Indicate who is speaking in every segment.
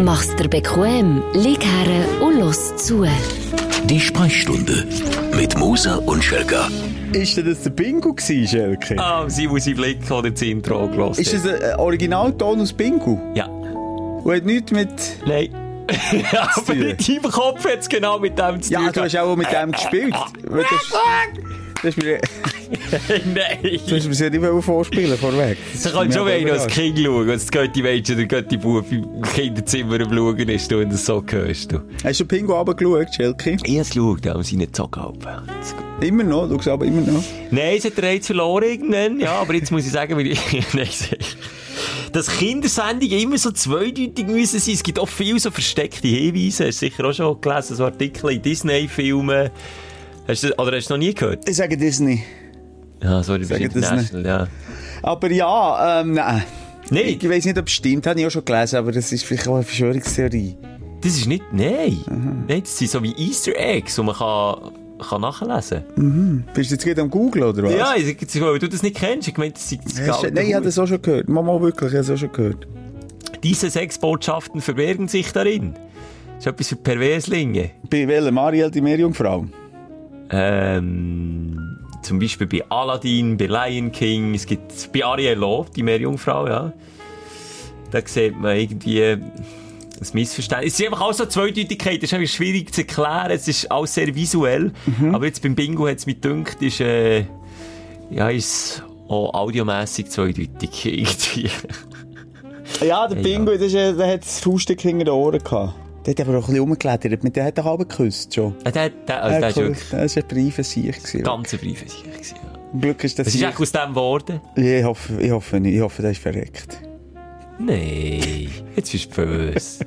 Speaker 1: Mach's dir bequem, lieg her und los zu.
Speaker 2: Die Sprechstunde mit Musa und Schelga.
Speaker 3: Ist denn das der Bingo gewesen, Schelke?
Speaker 4: Ah, sie, wo sie Blick oder das Intro gelassen
Speaker 3: Ist das ein äh, Originalton aus Bingo?
Speaker 4: Ja.
Speaker 3: Und hat nichts mit...
Speaker 4: Nein. Aber in deinem Kopf hat es genau mit dem zu
Speaker 3: Ja,
Speaker 4: tun.
Speaker 3: du hast auch mit dem gespielt. Weil Das, das ist mir... Du
Speaker 4: Nein.
Speaker 3: hast mir ja nicht wollen vorspielen, vorweg.
Speaker 4: Sie kann halt schon wieder als Kind schauen, als Götti Mädchen oder Götti Bub im Kinderzimmer am Schauen ist du und das so hörst du.
Speaker 3: Hast du Bingo runtergeschaut, Schelke?
Speaker 4: Ich hab's geschaut,
Speaker 3: um
Speaker 4: haben sie nicht zocken halten.
Speaker 3: Immer noch, du siehst aber immer noch.
Speaker 4: Nein, es hat er jetzt verloren irgendwann. Ja, aber jetzt muss ich sagen, weil ich... Nein, sorry. dass Kindersendungen immer so zweideutig müssen sein. Es gibt auch viele so versteckte Hinweise. Hast du sicher auch schon gelesen, so Artikel in Disney-Filmen. Hast du, oder hast du noch nie gehört?
Speaker 3: Ich sage Disney.
Speaker 4: Ja, sorry, du bist
Speaker 3: Sag das nicht.
Speaker 4: international, ja.
Speaker 3: Aber ja, ähm, nein.
Speaker 4: Nein,
Speaker 3: Ich weiss nicht, ob es stimmt, habe ich auch schon gelesen, aber das ist vielleicht auch eine Verschwörungstheorie.
Speaker 4: das ist nicht... Nein. Nein, das sind so wie Easter Eggs, die man kann, kann nachlesen kann.
Speaker 3: Bist du jetzt gerade am Googlen, oder was?
Speaker 4: Ja, ich, ich- weil du das nicht kennst. Ich meine, das sind das
Speaker 3: Hast du-
Speaker 4: alte
Speaker 3: Nein, ich
Speaker 4: Haus.
Speaker 3: habe das auch schon gehört. Mama, wirklich, ich habe das auch schon gehört.
Speaker 4: Diese sechs Botschaften verbergen sich darin. Das ist etwas für Perverslinge.
Speaker 3: Bei welchem? Mariel, die Meerjungfrau?
Speaker 4: Ähm, zum Beispiel bei Aladdin, bei Lion King, es gibt bei Ariel auch, die Meerjungfrau, ja. Da sieht man irgendwie äh, ein Missverständnis. Es ist einfach auch so Zweideutigkeit, das ist einfach schwierig zu erklären, es ist auch sehr visuell. Aber jetzt beim Bingo hat es mich gedacht, ist, äh, ja, ist auch audiomässig zweideutig irgendwie.
Speaker 3: Ja, der
Speaker 4: Ja.
Speaker 3: Pingu, das ist, äh, der hat das Faustdick hinter den Ohren gehabt. Der hat aber auch ein bisschen rumgeledert, mit dem hat er halb geküsst schon.
Speaker 4: Ah, der, der, also, der ist
Speaker 3: cool.
Speaker 4: wirklich
Speaker 3: Das war ein briefer Sieg. gewesen.
Speaker 4: ganz ein Brief, was ich gesehen habe.
Speaker 3: Zum Glück ist das
Speaker 4: Das ist
Speaker 3: Sieg.
Speaker 4: echt aus dem geworden.
Speaker 3: Ich hoffe, ich hoffe nicht. Ich hoffe, der ist verreckt.
Speaker 4: Nein, jetzt bist du böse.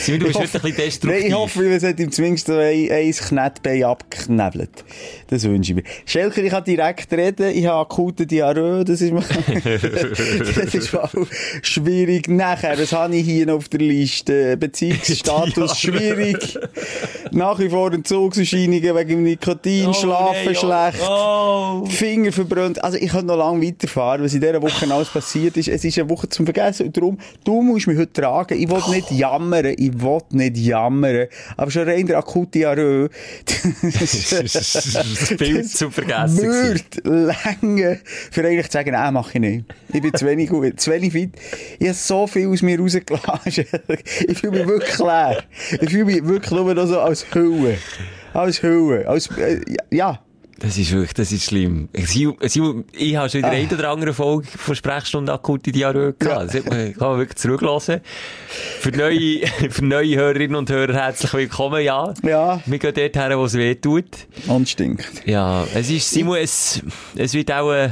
Speaker 4: Simon, du
Speaker 3: Ich
Speaker 4: bist heute
Speaker 3: hoffe-
Speaker 4: ein bisschen destruktiv.
Speaker 3: Nein, ich hoffe, es hat ihm zumindest so ein, ein Knetbein abgeknebelt. Das wünsche ich mir. Schelker, ich kann direkt reden. Ich habe akute Diarrhoe. Das ist, mir- das ist mal schwierig. Nachher, was habe ich hier noch auf der Liste? Beziehungsstatus schwierig. Nach wie vor Entzugserscheinungen wegen dem Nikotin. Schlafen
Speaker 4: nein, oh,
Speaker 3: schlecht.
Speaker 4: Oh.
Speaker 3: Finger verbrannt. Also, ich kann noch lange weiterfahren, was in dieser Woche alles passiert ist. Es ist eine Woche zum Vergessen. Und darum, du musst mich heute tragen. Ich will nicht jammern. Ich will nicht jammern. Aber schon rein der akute Diarrhoe. das
Speaker 4: Oh. Das Bild zu vergessen. gewesen.
Speaker 3: Würde lange für eigentlich zu sagen, nein, mache ich nicht. Ich bin zu wenig gut, zu wenig fit. Ich habe so viel aus mir rausgelassen. ich fühle mich wirklich leer. Ich fühle mich wirklich nur noch so als Hülle. Als Hülle. Als, äh, ja.
Speaker 4: Das ist wirklich, das ist schlimm. Simon, Simon, ich habe schon in der einen oder anderen Folge von Sprechstunde akute Diarrhoe gehabt. Das hat man, kann man wirklich zurücklassen. Für neue, für neue Hörerinnen und Hörer herzlich willkommen, ja.
Speaker 3: Ja.
Speaker 4: Wir gehen dort her, wo es weh tut.
Speaker 3: Und stinkt.
Speaker 4: Ja, es ist, Simon, es, es wird auch, äh,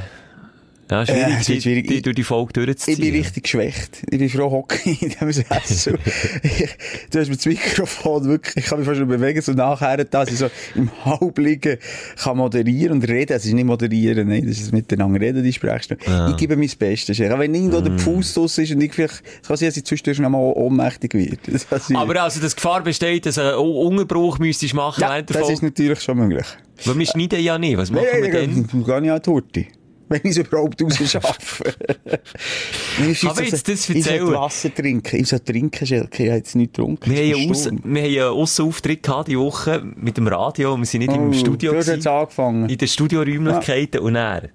Speaker 4: ja, schwierig,
Speaker 3: Ja, es wird
Speaker 4: sein,
Speaker 3: schwierig.
Speaker 4: die- durch die Folge
Speaker 3: Ich
Speaker 4: durchzuziehen.
Speaker 3: bin richtig geschwächt. Ich bin froh, Hockey in diesem Sessel. Ich- du hast mir das Mikrofon wirklich, ich kann mich fast nicht bewegen, so nachher, dass ich so im Halbliegen kann moderieren und reden. Es ist nicht moderieren, nein, das ist miteinander reden, die Sprechstunde. Ich gebe mein Bestes. Auch wenn irgendwo der Fuß draus ist und ich vielleicht, es kann sein, dass ich zwischendurch noch mal ohnmächtig werde. Das kann sein.
Speaker 4: Aber also, dass die Gefahr besteht, dass ein Unterbruch müsstest du machen
Speaker 3: ja,
Speaker 4: während der
Speaker 3: das
Speaker 4: Folge.
Speaker 3: ist natürlich schon möglich.
Speaker 4: Weil wir schneiden ja nicht. Was machen wir denn?
Speaker 3: ich gehe nicht an die Horte. Wenn ich es überhaupt rausschaffe. Wenn ich
Speaker 4: Aber jetzt das
Speaker 3: Ich sollte
Speaker 4: erzählen.
Speaker 3: Wasser trinken. Ich soll trinken, Schelke. Ich habe jetzt nichts getrunken.
Speaker 4: Wir haben ja
Speaker 3: Es ist
Speaker 4: aus-
Speaker 3: Sturm.
Speaker 4: wir haben ja einen Aussenauftritt gehabt die Woche mit dem Radio. Wir sind nicht im Studio.
Speaker 3: Du hast
Speaker 4: gewesen.
Speaker 3: jetzt Oh, angefangen.
Speaker 4: in den Studioräumlichkeiten und er.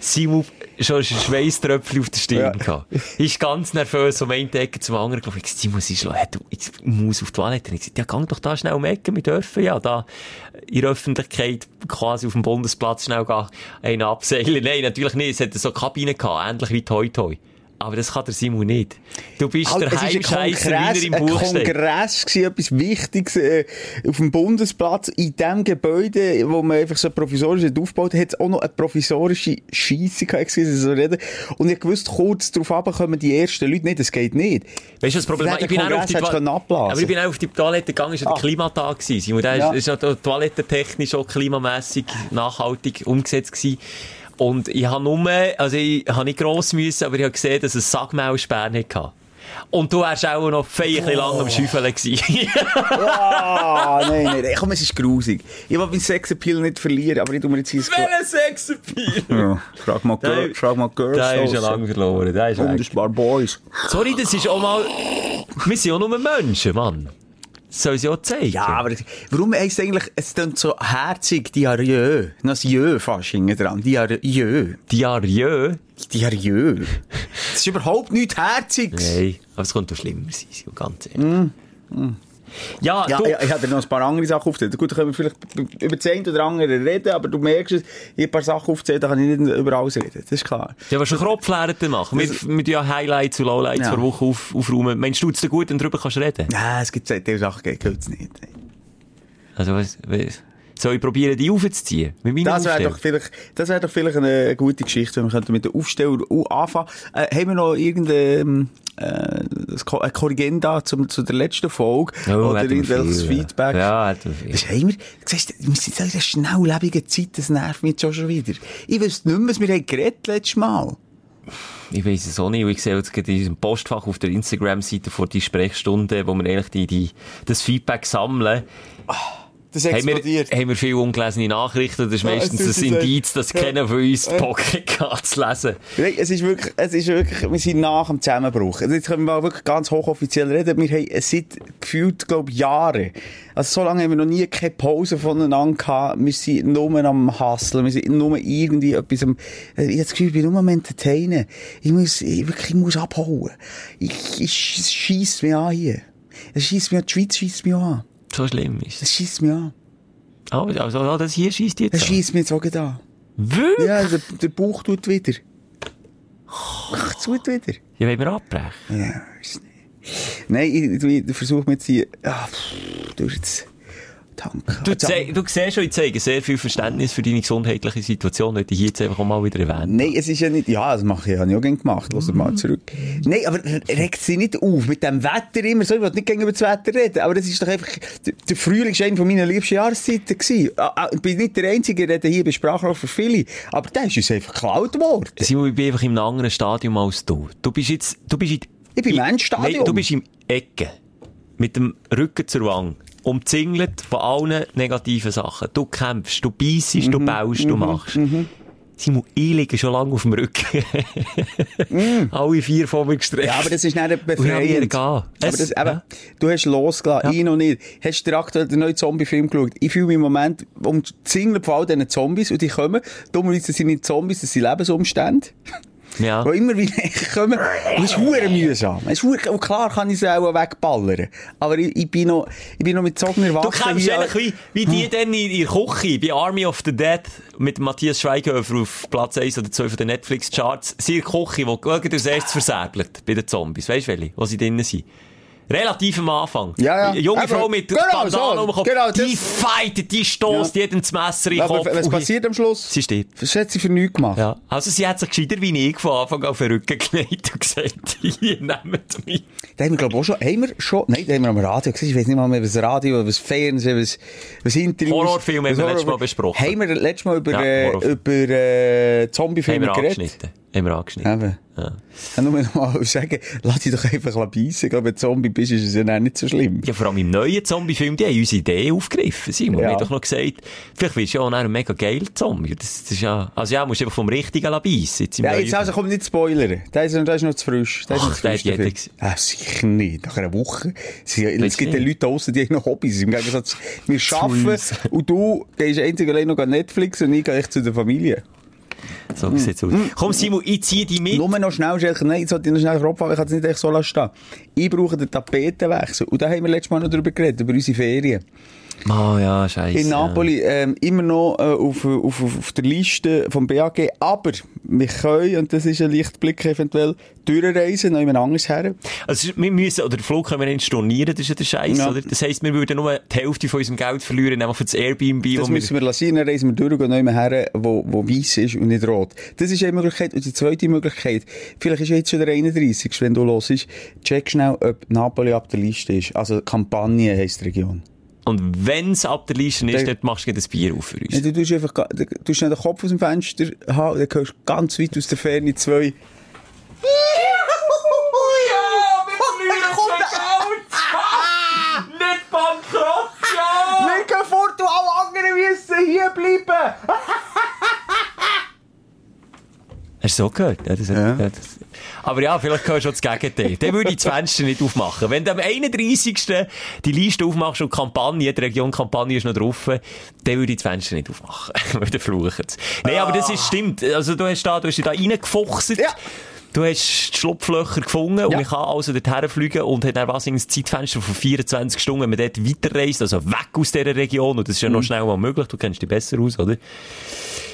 Speaker 4: Simon schon ein Schweißtröpfchen auf der Stirn
Speaker 3: Ja.
Speaker 4: gehabt. Ist ganz nervös, um einen Ecke zum anderen gelaufen. Ich sagte, Simon, sie schon, du, ich muss auf die Toilette. Und Ich sagte, ja, gang doch da schnell um die Ecke, wir dürfen ja da in der Öffentlichkeit quasi auf dem Bundesplatz schnell gehen, einen abseilen. Nein, natürlich nicht, es hat so Kabinen gehabt, ähnlich wie Toi Toi. Aber das kann der Simon nicht. Du bist
Speaker 3: Alter,
Speaker 4: der Heimscheißer, wie er im
Speaker 3: Halt, ein
Speaker 4: Buch steht.
Speaker 3: Kongress gewesen, etwas Wichtiges äh, auf dem Bundesplatz. In dem Gebäude, wo man einfach so provisorisch hat aufgebaut hat, es auch noch eine provisorische Scheisse gehabt, excuse, so reden. Und ich wusste kurz darauf ab, kommen die ersten Leute. Nein, das geht nicht.
Speaker 4: Weißt du, das Problem
Speaker 3: Der
Speaker 4: ich bin auch auf
Speaker 3: Kongress
Speaker 4: die
Speaker 3: hättest können
Speaker 4: Toilette.
Speaker 3: abblasen.
Speaker 4: Aber ich bin auch auf die Toilette gegangen, es war der
Speaker 3: Ah.
Speaker 4: Klimatag. gewesen, Simon, der
Speaker 3: Ja.
Speaker 4: ist, ist auch toilettentechnisch, auch klimamässig nachhaltig umgesetzt gewesen. Und ich habe nur, also ich habe nicht gross müssen, aber ich habe gesehen, dass es Sackmaulsperren hatte. Und du wärst auch noch feierlich lang am Schäufeln gewesen.
Speaker 3: Ah, nein, nein, nein. Komm, es ist grusig. Ich will meinen Sexappeal nicht verlieren, aber ich tu mir jetzt hier ein Gla-
Speaker 4: Welcher Sexappeal!
Speaker 3: ja, Frag mal, Girl,
Speaker 4: Der-
Speaker 3: frag mal Girls.
Speaker 4: Der ist ja
Speaker 3: draussen.
Speaker 4: lang verloren, der ist weg.
Speaker 3: Wunderbar, Boys.
Speaker 4: Sorry, das ist auch mal... Wir sind auch nur Menschen, Mann. Das soll sie auch zeigen.
Speaker 3: Ja, aber warum heisst eigentlich, es klingt so herzig, Diarrhoe. Noch das Jö fast hinten dran. Diarrhoe.
Speaker 4: Diarieux?
Speaker 3: Diarrhoe. Das ist überhaupt nichts Herziges.
Speaker 4: Nein, aber es könnte doch schlimmer sein, so ganz ehrlich. Ja,
Speaker 3: Mm, Ja,
Speaker 4: du...
Speaker 3: ich, ich habe dir noch ein paar andere Sachen aufgezählt. Gut, da können wir vielleicht b- b- über das eine oder andere reden, aber du merkst es, ich habe ein paar Sachen aufgezählt, da kann ich nicht über alles reden. Das ist klar.
Speaker 4: Ja, was schon Kropflehrer machen. Wir, wir tun ja Highlights und Lowlights
Speaker 3: Also- Ja.
Speaker 4: vor Woche auf, aufräumen. Meinst du, es dir gut und darüber kannst du reden?
Speaker 3: Nein, es gibt solche Sachen, die gibt's nicht.
Speaker 4: Also, was, was, soll ich probieren, die aufzuziehen? Mit meinen
Speaker 3: Das wäre
Speaker 4: Aufstellungen?
Speaker 3: doch vielleicht, das wäre doch vielleicht eine gute Geschichte, wenn wir könnten mit der Aufsteller uh, anfangen. Äh, haben wir noch irgendein, äh, ein Ko- eine Korrigenda zum, zu der letzten Folge?
Speaker 4: Oh,
Speaker 3: oder
Speaker 4: hätten wir
Speaker 3: irgendwelches
Speaker 4: viel, ja.
Speaker 3: Feedback?
Speaker 4: Ja, hätten wir viel.
Speaker 3: Das haben wir, siehst du, wir sind in dieser schnelllebigen Zeit, das nervt mich jetzt auch schon wieder. Ich weiß nicht mehr, was wir haben geredet letztes Mal.
Speaker 4: Ich weiß es auch nicht. Und Ich sehe jetzt gerade in unserem Postfach auf der Instagram-Seite vor die Sprechstunde, wo wir eigentlich die, die, das Feedback sammeln.
Speaker 3: Das
Speaker 4: Haben wir, haben wir viele ungelesene Nachrichten. Das ist
Speaker 3: Ja,
Speaker 4: meistens
Speaker 3: es tut
Speaker 4: ein
Speaker 3: uns leid.
Speaker 4: Indiz, dass
Speaker 3: Ja.
Speaker 4: keiner von uns die Pocket hat zu lesen.
Speaker 3: Nein, es ist wirklich, es ist wirklich, wir sind nach dem Zusammenbruch. Also Jetzt können wir mal wirklich ganz hochoffiziell reden. Wir haben es seit gefühlt, glaube ich, Jahren. Also so lange haben wir noch nie keine Pause voneinander gehabt. Wir sind nur am Hasseln. Wir sind nur irgendwie etwas am, also ich habe das Gefühl, ich bin nur am Entertainen. Ich muss, ich wirklich, ich muss abhauen. Ich, ich schiess mich an hier. Es schiesst mich an, die Schweiz schiesst mich auch an.
Speaker 4: So schlimm ist es.
Speaker 3: Es schiesst mich an.
Speaker 4: Ah, also, ah, das hier schießt
Speaker 3: Es
Speaker 4: jetzt an.
Speaker 3: schiesst mich jetzt auch gerade an.
Speaker 4: Wirklich?
Speaker 3: Ja, der, der Bauch tut wieder. Ach, tut wieder.
Speaker 4: Ja, wollen wir abbrechen?
Speaker 3: Ja, weiß nicht. Nein, ich, ich, ich versuche mir jetzt hier, ah, pff, durch jetzt, danke.
Speaker 4: Du,
Speaker 3: Jetzt-
Speaker 4: zei- du siehst schon, ich zeige sehr viel Verständnis für deine gesundheitliche Situation, wenn ich jetzt einfach auch mal wieder erwähnt.
Speaker 3: Nein, es ist ja nicht, ja, das mache ich, habe ich auch gerne gemacht, lass mal zurück. Nein, aber regt sie nicht auf, mit dem Wetter immer so, ich will nicht gerne über das Wetter reden, aber das ist doch einfach, der- der Frühling war eine von meiner liebsten Jahreszeiten gewesen. Ah, ah, Ich bin nicht der Einzige, ich rede hier bei Sprachrohr für viele, aber der ist uns einfach geklaut worden.
Speaker 4: Simon, ich bin einfach in einem anderen Stadium als du. Du bist jetzt, du bist in,
Speaker 3: Ich bin im Endstadium.
Speaker 4: Nein, du bist im Ecke. Mit dem Rücken zur Wange. Umzingelt von allen negativen Sachen. Du kämpfst, du beissest,
Speaker 3: Mhm,
Speaker 4: du baust, du machst. Simon, ich liege schon lange auf dem Rücken. Alle vier vor mir gestreckt.
Speaker 3: Mm. Ja, aber das ist nicht
Speaker 4: gehen.
Speaker 3: befreiend. Aber
Speaker 4: Es-
Speaker 3: das, eben,
Speaker 4: ja.
Speaker 3: Du hast losgelassen, ich noch nicht. Hast du dir aktuell den neuen Zombie-Film geschaut? Ich fühle mich im Moment um die Single von all diesen Zombies und die kommen. Dummerweise das sind nicht Zombies, das sind Lebensumstände.
Speaker 4: ja.
Speaker 3: Die immer wieder kommen. Und es ist hure mühsam. Es ist hure- und klar kann ich sie auch wegballern. Aber ich, ich, bin, noch, ich bin noch mit Zogner
Speaker 4: Du
Speaker 3: Waffen
Speaker 4: kämpfst
Speaker 3: hier. Hm.
Speaker 4: eigentlich wie, wie die dann in ihrer Küche bei Army of the Dead mit Matthias Schweighöfer auf Platz 1 oder 2 von den Netflix-Charts. Seine Küche, die gerade als erstes versäbelt bei den Zombies. Weißt du, welche? Wo sie drinnen sind. Relativ am Anfang.
Speaker 3: Ja, ja.
Speaker 4: Eine junge
Speaker 3: Eben.
Speaker 4: Frau mit
Speaker 3: Genau
Speaker 4: Bandana
Speaker 3: so.
Speaker 4: um den Kopf.
Speaker 3: Genau,
Speaker 4: die
Speaker 3: das-
Speaker 4: fightet, die stößt
Speaker 3: Ja.
Speaker 4: jedem das Messer in den
Speaker 3: Aber
Speaker 4: Kopf.
Speaker 3: was
Speaker 4: Und
Speaker 3: passiert am Schluss?
Speaker 4: Sie stirbt.
Speaker 3: Das hat sie für nichts gemacht.
Speaker 4: Ja. Also sie hat sich gescheiter wie ich von Anfang an auf den Rücken gelegt und gesagt, hier, nehmt mich.
Speaker 3: Da haben wir, glaube ich, auch schon, haben wir schon, nein, da haben wir am Radio gesehen, ich weiß nicht mal mehr, was Radio, was Fernsehen, was, was Interviews.
Speaker 4: Horrorfilme haben
Speaker 3: was
Speaker 4: wir letztes
Speaker 3: Horror-
Speaker 4: Mal besprochen.
Speaker 3: Haben wir letztes Mal über,
Speaker 4: Ja,
Speaker 3: äh,
Speaker 4: Horrorfilme.
Speaker 3: über äh,
Speaker 4: Haben
Speaker 3: Zombiefilme
Speaker 4: wir
Speaker 3: geredet?
Speaker 4: angeschnitten. Haben wir angeschnitten.
Speaker 3: Eben.
Speaker 4: Ja.
Speaker 3: Ich nur noch mal sagen, lass dich doch einfach beißen. Ich glaube, wenn du Zombie bist, ist es ja dann nicht so schlimm.
Speaker 4: Ja, vor allem im neuen Zombie-Film, die haben unsere Idee aufgegriffen, Simon.
Speaker 3: Ja.
Speaker 4: Wir haben doch noch gesagt, vielleicht wirst du ja auch nachher ein mega geiler Zombie. Das, das ist ja, also ja, musst du einfach vom richtigen beißen. Jetzt im
Speaker 3: Ja,
Speaker 4: neuen
Speaker 3: jetzt also
Speaker 4: Film.
Speaker 3: komm nicht spoilern. Der ist, der ist noch zu frisch. Der ist
Speaker 4: Ach,
Speaker 3: noch zu
Speaker 4: der
Speaker 3: frisch.
Speaker 4: hat jeder
Speaker 3: dafür.
Speaker 4: gesehen.
Speaker 3: Ah, sicher nicht. Nach einer Woche. Sie, es gibt ja
Speaker 4: nicht.
Speaker 3: Leute draussen, die haben noch Hobbys. Im Gegensatz, wir
Speaker 4: uns.
Speaker 3: arbeiten und du gehst einzig allein noch an Netflix und ich gehe echt zu der Familie.
Speaker 4: So sieht's aus.
Speaker 3: Mm.
Speaker 4: Komm, Simon, ich zieh dich mit.
Speaker 3: Nur noch schnell, Schelker, nein, jetzt sollte ich noch schnell abfahren, ich kann es nicht echt so lassen stehen. Ich brauche den Tapetenwechsel. Und da haben wir letztes Mal noch drüber geredet, über unsere Ferien.
Speaker 4: Ah, ja, scheiße.
Speaker 3: In Napoli ähm, immer noch äh, auf, auf, auf, auf der Liste vom BAG. Aber wir können, und das ist ein Lichtblick eventuell, durchreisen, noch jemand anderes her.
Speaker 4: Also, wir müssen, oder den Flug können wir nicht stornieren, das ist ja der Scheiß,
Speaker 3: Ja.
Speaker 4: oder? Das heisst, wir würden nur die Hälfte von unserem Geld verlieren, nämlich für das Airbnb,
Speaker 3: Das
Speaker 4: wo wir
Speaker 3: müssen wir lassen, dann reisen wir durch und noch jemand her, wo, wo weiss ist und nicht rot. Das ist eine Möglichkeit. Und die zweite Möglichkeit, vielleicht ist jetzt schon der 31. wenn du los ist, check schnell, ob Napoli ab der Liste ist. Also Campania heisst die Region.
Speaker 4: Und wenn es ab der Liste ist,
Speaker 3: Dann-
Speaker 4: dann machst du gleich ein Bier auf für
Speaker 3: Ja,
Speaker 4: uns.
Speaker 3: du tust einfach, ga- du tust nicht den Kopf aus dem Fenster haben, dann hörst du ganz weit aus der Ferne zwei.
Speaker 4: Nicht bankrott, ja!
Speaker 3: Linke fort, du alle anderen müssen hier bleiben!
Speaker 4: Hast du so gehört? Ja, das hat,
Speaker 3: Ja.
Speaker 4: ja. das, aber ja, vielleicht gehörst du auch das Gegenteil. Dann würde ich das Fenster nicht aufmachen. Wenn du am 31. die Liste aufmachst und die Kampagne, die Region Kampagne ist noch drauf, dann würde ich das Fenster nicht aufmachen. Weil dann fluchen sie. Nein, aber das ist stimmt. Also du hast da, du hast dich da reingefuchst.
Speaker 3: Ja.
Speaker 4: Du hast die Schlupflöcher gefunden und man kann also dorthin fliegen und hat dann was in ein Zeitfenster von 24 Stunden, wenn man dort weiterreist, also weg aus dieser Region. Und das ist
Speaker 3: Mhm.
Speaker 4: ja noch schnell mal möglich. Du kennst dich besser aus, oder?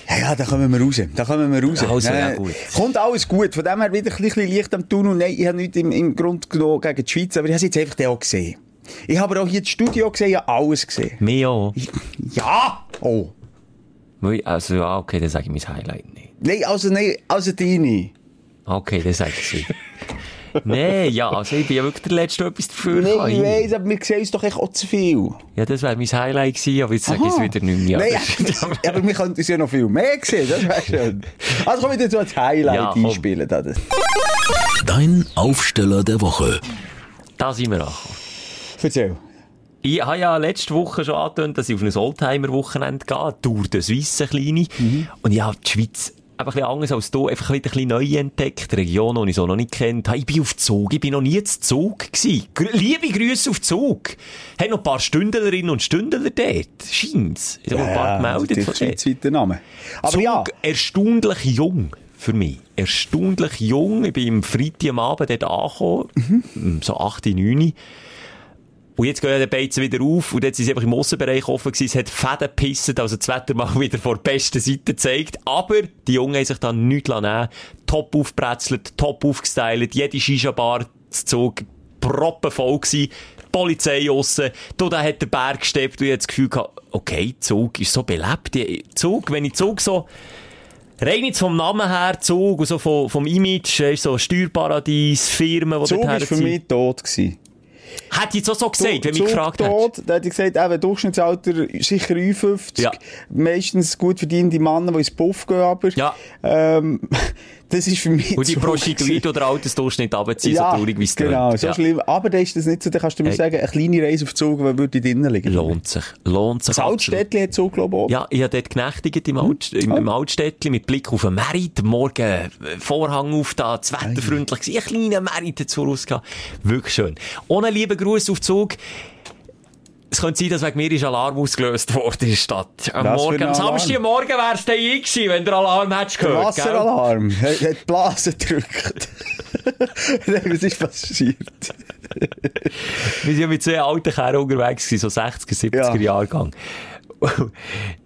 Speaker 3: Ja, ja, da kommen wir raus. Da kommen wir raus.
Speaker 4: Also,
Speaker 3: Ja,
Speaker 4: ja,
Speaker 3: ja.
Speaker 4: gut.
Speaker 3: Kommt alles gut. Von dem her wieder ein bisschen Licht am Tunnel. Nein, ich habe nichts im, im Grund genommen gegen die Schweiz, aber ich habe es jetzt einfach den auch gesehen. Ich habe aber auch hier das Studio gesehen, ich habe alles gesehen.
Speaker 4: Mehr auch.
Speaker 3: Ja! Oh.
Speaker 4: Weil- Also, ja, okay, dann sage ich mein Highlight nicht.
Speaker 3: Nein, also, nein, also deine.
Speaker 4: Okay, dann sage ich sie. Nein, ja, also ich bin ja wirklich der Letzte, der etwas dafür
Speaker 3: Nein, ich
Speaker 4: kann.
Speaker 3: weiss, aber wir sehen uns doch echt auch zu viel.
Speaker 4: Ja, das wäre mein Highlight gewesen, aber jetzt sage ich es wieder nicht mehr.
Speaker 3: Nein,
Speaker 4: Ja, das-
Speaker 3: aber, aber wir könnten uns ja noch viel mehr sehen, das wäre schön. Also komm, ich dir so ein Highlight
Speaker 4: Ja, komm.
Speaker 3: einspielen. Da, das.
Speaker 2: Dein Aufsteller der Woche.
Speaker 4: da sind wir angekommen.
Speaker 3: Erzähl.
Speaker 4: Ich habe ja letzte Woche schon angetönt, dass ich auf ein Oldtimer-Wochenende gehe, Tour de Suisse, eine kleine.
Speaker 3: Mhm.
Speaker 4: Und ich habe die Schweiz einfach ein bisschen anders als du, einfach wieder ein bisschen neu entdeckt, Regionen, die ich so noch nicht kennt habe. Ich bin auf Zug, ich bin noch nie zu Zug gewesen. Grü Liebe Grüße auf Zug. Haben noch ein paar Stündlerinnen und Stündler dort, scheint's.
Speaker 3: Ah
Speaker 4: Ich habe ein paar gemeldet
Speaker 3: natürlich
Speaker 4: von dort.
Speaker 3: schweizweiter Name. Aber
Speaker 4: Zug
Speaker 3: ja.
Speaker 4: erstaunlich jung für mich. Erstaunlich jung. Ich bin am Freitag am Abend dort angekommen,
Speaker 3: Mhm.
Speaker 4: um so 8, 9. Und jetzt gehen ja die Beizen wieder auf und jetzt sind sie einfach im Aussenbereich offen gewesen. Es hat Fäden gepisset, also das Wetter mal wieder vor der besten Seite gezeigt. Aber die Jungen haben sich dann nichts nehmen lassen. Top aufgebrezelt, top aufgestylt, jede Shisha-Bar, das Zug, proppenvoll gewesen. Die Polizei aussen, du, da hat der Berg gesteppt und ich hatte das Gefühl gehabt, okay, Zug ist so belebt. Die- Zug, wenn ich Zug so Rein jetzt vom Namen her, Zug und so vom, vom Image, äh, ist so Steuerparadies, Firmen, die
Speaker 3: Zug war
Speaker 4: dorthin
Speaker 3: für
Speaker 4: ziehen.
Speaker 3: mich tot. Gewesen.
Speaker 4: Hätte ich jetzt auch so gesagt, wenn mich
Speaker 3: Zug
Speaker 4: gefragt hättest.
Speaker 3: tot, Dann hätte ich gesagt, eben Durchschnittsalter sicher 53.
Speaker 4: Ja.
Speaker 3: Meistens gut verdiente Männer, die ins Puff gehen, aber
Speaker 4: Ja.
Speaker 3: ähm, das ist für mich
Speaker 4: Und die
Speaker 3: Zug
Speaker 4: Prostituierte oder Altersdurchschnitt runterziehen, so traurig wie es tönt.
Speaker 3: genau, so
Speaker 4: ja.
Speaker 3: schlimm. Aber dann ist das nicht so, dann kannst du mir
Speaker 4: Hey.
Speaker 3: sagen, eine kleine Reise auf Zug, die würde drinnen liegen.
Speaker 4: Lohnt sich. Lohnt sich.
Speaker 3: Das Altstädtli hat Zug, glaube ich, auch.
Speaker 4: Ja, ich habe dort genächtigt
Speaker 3: Mhm.
Speaker 4: im, Alt, im, im
Speaker 3: Oh.
Speaker 4: Altstädtli mit Blick auf den Merit. Morgen äh, Vorhang auf, da, das Wetter freundlich. gewesen. Ein kleiner Merit dazu rausgegangen. Wirklich schön. Ohne lieben Gruß auf Zug. Es könnte sein, dass wegen mir ist Alarm ausgelöst worden in der Stadt. Am
Speaker 3: Was für
Speaker 4: Morgen,
Speaker 3: ein
Speaker 4: am
Speaker 3: Alarm?
Speaker 4: Samstagmorgen wär's dann ich gewesen, wenn der Alarm hättest
Speaker 3: Der
Speaker 4: gehört, gell?
Speaker 3: Wasseralarm. Er hat die Blase gedrückt. Nein, was ist passiert?
Speaker 4: Wir sind ja mit zwei alten Kerlen unterwegs, gewesen, so 60er, 70er
Speaker 3: Ja.
Speaker 4: Jahrgang.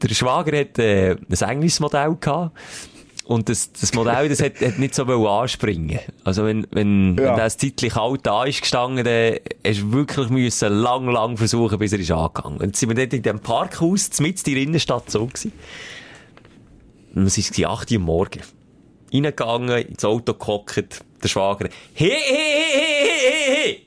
Speaker 4: Der Schwager hat äh, ein englisches Modell gehabt. Und das, das Modell, das hat, hat nicht so wollen anspringen. Also wenn, wenn,
Speaker 3: Ja.
Speaker 4: wenn das zeitlich kalt da ist gestanden, dann hast du wirklich müssen lang, lang versuchen, bis er ist angegangen. Und jetzt sind wir dort in diesem Parkhaus, mitten in der Innenstadt so gewesen. Und es war 8 Uhr am Morgen. Reingegangen, ins Auto gehockt, der Schwager. Hey, hey, hey, hey,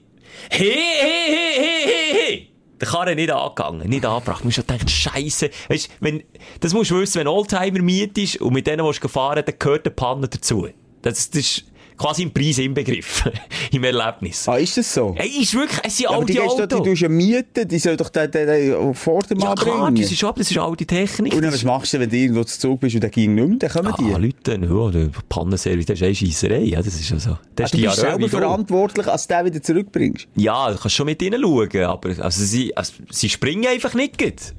Speaker 4: hey, hey, hey, hey, hey, hey, hey, hey. Der Karre nicht angegangen, nicht angebracht. Du musst schon denken, Scheiße. Weißt, wenn, das musst du wissen, wenn Oldtimer mietest und mit denen willst du fahren, willst, dann gehört der Panne dazu. Das, das ist quasi im Preis inbegriffen. Im Erlebnis.
Speaker 3: Ah, ist das so?
Speaker 4: Ey, ist wirklich, es sind
Speaker 3: Ja, aber die
Speaker 4: alte
Speaker 3: gehst du, die
Speaker 4: Autos.
Speaker 3: tust ja mieten, die sollen doch den, den, den Vordermann
Speaker 4: Ja, klar,
Speaker 3: bringen.
Speaker 4: das ist ab, das ist alte Technik.
Speaker 3: Und dann, was machst du, wenn du irgendwo zu Zug bist und der ging nicht mehr, dann kommen die.
Speaker 4: Ah, Leute, ja, der Pannenservice, das ist eine Scheisserei, ja, das ist ja so.
Speaker 3: Ah,
Speaker 4: Das
Speaker 3: du bist
Speaker 4: ist die Aröwe
Speaker 3: selber
Speaker 4: da.
Speaker 3: verantwortlich, als du den wieder zurückbringst.
Speaker 4: Ja, du kannst schon mit ihnen schauen, aber also sie, also sie springen einfach nicht. grad.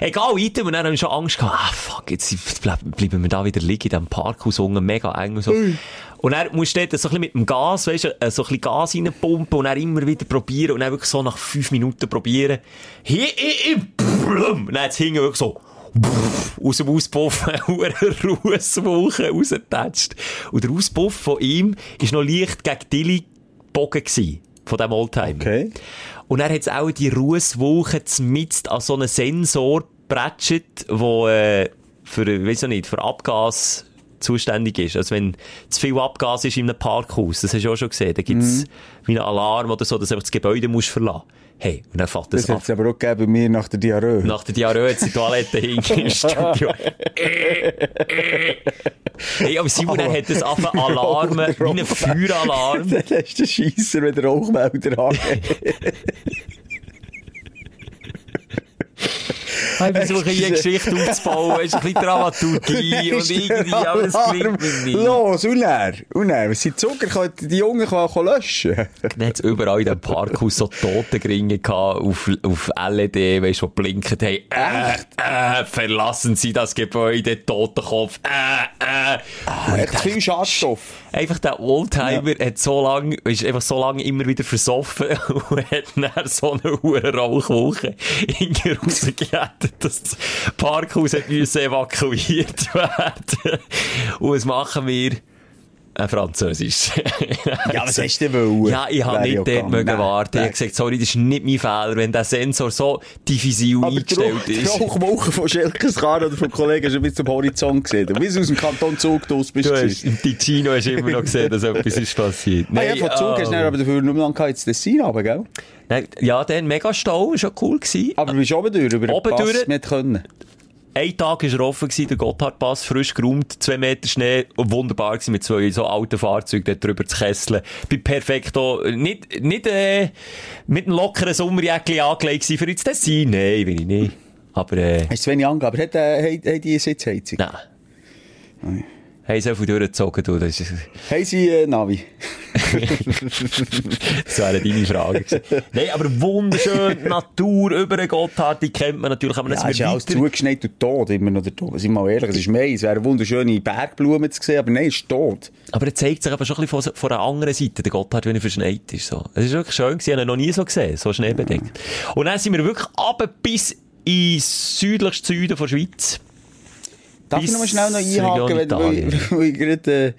Speaker 4: Egal, item, und dann haben wir schon Angst gehabt, ah, fuck, jetzt bleib, bleiben wir da wieder liegen, in diesem Parkhaus unten, mega eng und so. Und dann musst du dort so ein bisschen mit dem Gas, weißt du, äh, so ein bisschen Gas reinpumpen und dann immer wieder probieren und dann wirklich so nach fünf Minuten probieren. Hier, hier, hier, blum, und dann hat's hinten wirklich so, Pff, aus dem Auspuff eine Ruheswolke rausgetatscht. Und der Auspuff von ihm war noch leicht gegen Dilly gebogen. gewesen, Von dem Oldtimer.
Speaker 3: Okay.
Speaker 4: Und er hat auch die Ruheswolke zmitzt an so einen Sensor bretschet, wo, äh, für, weiß ich nicht, für Abgas zuständig ist. Also wenn zu viel Abgas ist in einem Parkhaus, das hast du auch schon gesehen, da gibt's wie einen Alarm oder so, dass einfach das Gebäude musst verlassen. Hey, und dann fährt
Speaker 3: Das
Speaker 4: das
Speaker 3: hat
Speaker 4: ab.
Speaker 3: es aber auch gegeben bei mir nach der Diarrhoe.
Speaker 4: Nach der Diarrhoe hat sie die Toilette hinten im Studio. hey, aber Simon er hat das auf Alarme, wie einen Feueralarm.
Speaker 3: Dann hast du Scheisser, wenn der Rauchmelder angeht.
Speaker 4: Ich versuche hier eine Geschichte aufzubauen, es ist ein bisschen Dramaturgie und irgendwie,
Speaker 3: genau
Speaker 4: aber es klingt mir nicht.
Speaker 3: Los, unher, unher. Wenn sie Zucker kann, die Jungen kann, kann löschen.
Speaker 4: Dann hat's überall in dem Parkhaus so Totengringe gehabt, auf, auf LED, weisst du, die blinken haben. Äh, äh, verlassen Sie das Gebäude, Totenkopf, äh, äh. Und ich
Speaker 3: Echt viel Schadstoff.
Speaker 4: Einfach der Oldtimer hat so lang, ist einfach so lange immer wieder versoffen und hat dann so eine hohe Rauchwolke in die rausgerettet, dass das Parkhaus hat müssen evakuiert werden. Und was machen wir? Ein Französisch.
Speaker 3: Ja, was hast du denn wollen?
Speaker 4: Ja, ich habe
Speaker 3: Wäre
Speaker 4: nicht
Speaker 3: auch
Speaker 4: dort
Speaker 3: gegangen.
Speaker 4: mögen
Speaker 3: Nein,
Speaker 4: warten. Ich
Speaker 3: nein.
Speaker 4: habe gesagt, sorry, das ist nicht mein Fehler, wenn der Sensor so diffizil
Speaker 3: Aber die
Speaker 4: eingestellt
Speaker 3: Rauch- die
Speaker 4: ist.
Speaker 3: Rauchwolke von Schelkes Karre oder vom Kollegen hast du bis zum Horizont gesehen. Und Wie du aus dem Kanton Zug draus bist.
Speaker 4: Du
Speaker 3: Du
Speaker 4: hast, im Ticino hast du immer noch gesehen, dass etwas ist passiert.
Speaker 3: ah, ja, von Zug hast du
Speaker 4: oh.
Speaker 3: dann aber dafür nur lange gehabt, jetzt Dessin runter, gell?
Speaker 4: Nein, ja, dann mega Stau, ist schon cool gewesen.
Speaker 3: Aber du bist oben durch, über den
Speaker 4: Oben
Speaker 3: Pass
Speaker 4: durch?
Speaker 3: nicht können.
Speaker 4: Ein Tag war er offen, gewesen, der Gotthardpass, frisch geräumt, zwei Meter Schnee, und wunderbar gewesen, mit zwei so alten Fahrzeugen dort drüber zu kesseln. Bin perfekto, nicht, nicht, äh, mit einem lockeren Sommerjäckchen angelegt gewesen für jetzt Tessin, nein, bin ich nicht. Aber, äh,
Speaker 3: Hast du wenig angegeben? Aber hat, äh, hat, hat die Sitzheizung?
Speaker 4: nein. Haben so viel durchgezogen, du, das, ist,
Speaker 3: Haben sie äh, Navi?
Speaker 4: das wäre deine Frage gewesen. Nein, aber wunderschön, Natur über den Gotthard, die kennt man natürlich, aber
Speaker 3: Ja,
Speaker 4: dann
Speaker 3: ist
Speaker 4: sind wir
Speaker 3: ja alles
Speaker 4: weiter.
Speaker 3: zugeschneit und tot, immer noch der Tod. Sind wir mal ehrlich, es ist Mai, es wäre wunderschöne Bergblumen zu sehen, aber nein, es ist tot.
Speaker 4: Aber er zeigt sich aber schon ein bisschen von, von einer anderen Seite, der Gotthard, wenn er verschneit ist. So. Es ist wirklich schön gewesen, ich habe ihn noch nie so gesehen, so schneebedeckt. Und dann sind wir wirklich ab bis ins südlichste Süden von der Schweiz.
Speaker 3: Darf
Speaker 4: Bis
Speaker 3: ich noch mal schnell noch einhaken,
Speaker 4: Region
Speaker 3: wenn, weil,
Speaker 4: Italien.
Speaker 3: weil ich gerade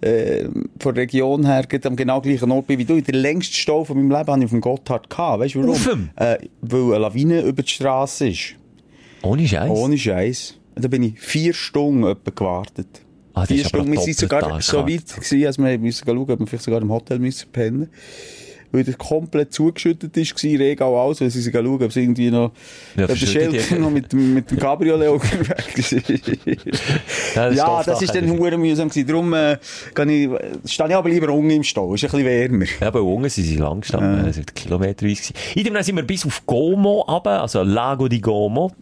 Speaker 3: äh, äh, von der Region her gerade am genau gleichen Ort bin wie du. Der längste Stau von meinem Leben hatte ich auf dem Gotthard. Gehabt. Weißt du warum?
Speaker 4: Auf dem?
Speaker 3: Äh, weil eine Lawine über die Straße ist.
Speaker 4: Ohne Scheiß.
Speaker 3: Ohne Scheiß. Da bin ich vier Stunden etwa gewartet.
Speaker 4: Ah, das
Speaker 3: vier
Speaker 4: ist aber
Speaker 3: Stunden. Wir
Speaker 4: eine
Speaker 3: sind sogar
Speaker 4: doppelte
Speaker 3: so weit,
Speaker 4: Taskarte.
Speaker 3: gewesen, dass wir müssen schauen, ob wir vielleicht sogar im Hotel müssen pennen Weil das komplett zugeschüttet ist, war, Regal alles. Weil sie sind schauen, ob es irgendwie noch,
Speaker 4: Ja,
Speaker 3: ob der
Speaker 4: verschüttet
Speaker 3: Schelker
Speaker 4: die-
Speaker 3: noch mit, dem- mit dem Cabriolet unterwegs ist.
Speaker 4: das ist
Speaker 3: ja,
Speaker 4: doof,
Speaker 3: das
Speaker 4: da
Speaker 3: ist
Speaker 4: kann
Speaker 3: dann
Speaker 4: ich-
Speaker 3: hure mühsam gewesen. Darum,
Speaker 4: eh,
Speaker 3: äh, kann ich, stehe ich aber lieber unten im Stau. Ist ein bisschen wärmer.
Speaker 4: Ja, bei unten sind sie lang gestanden, es wird also kilometerweise gewesen. In dem Jahr sind wir bis auf Como runter, also Lago di Como.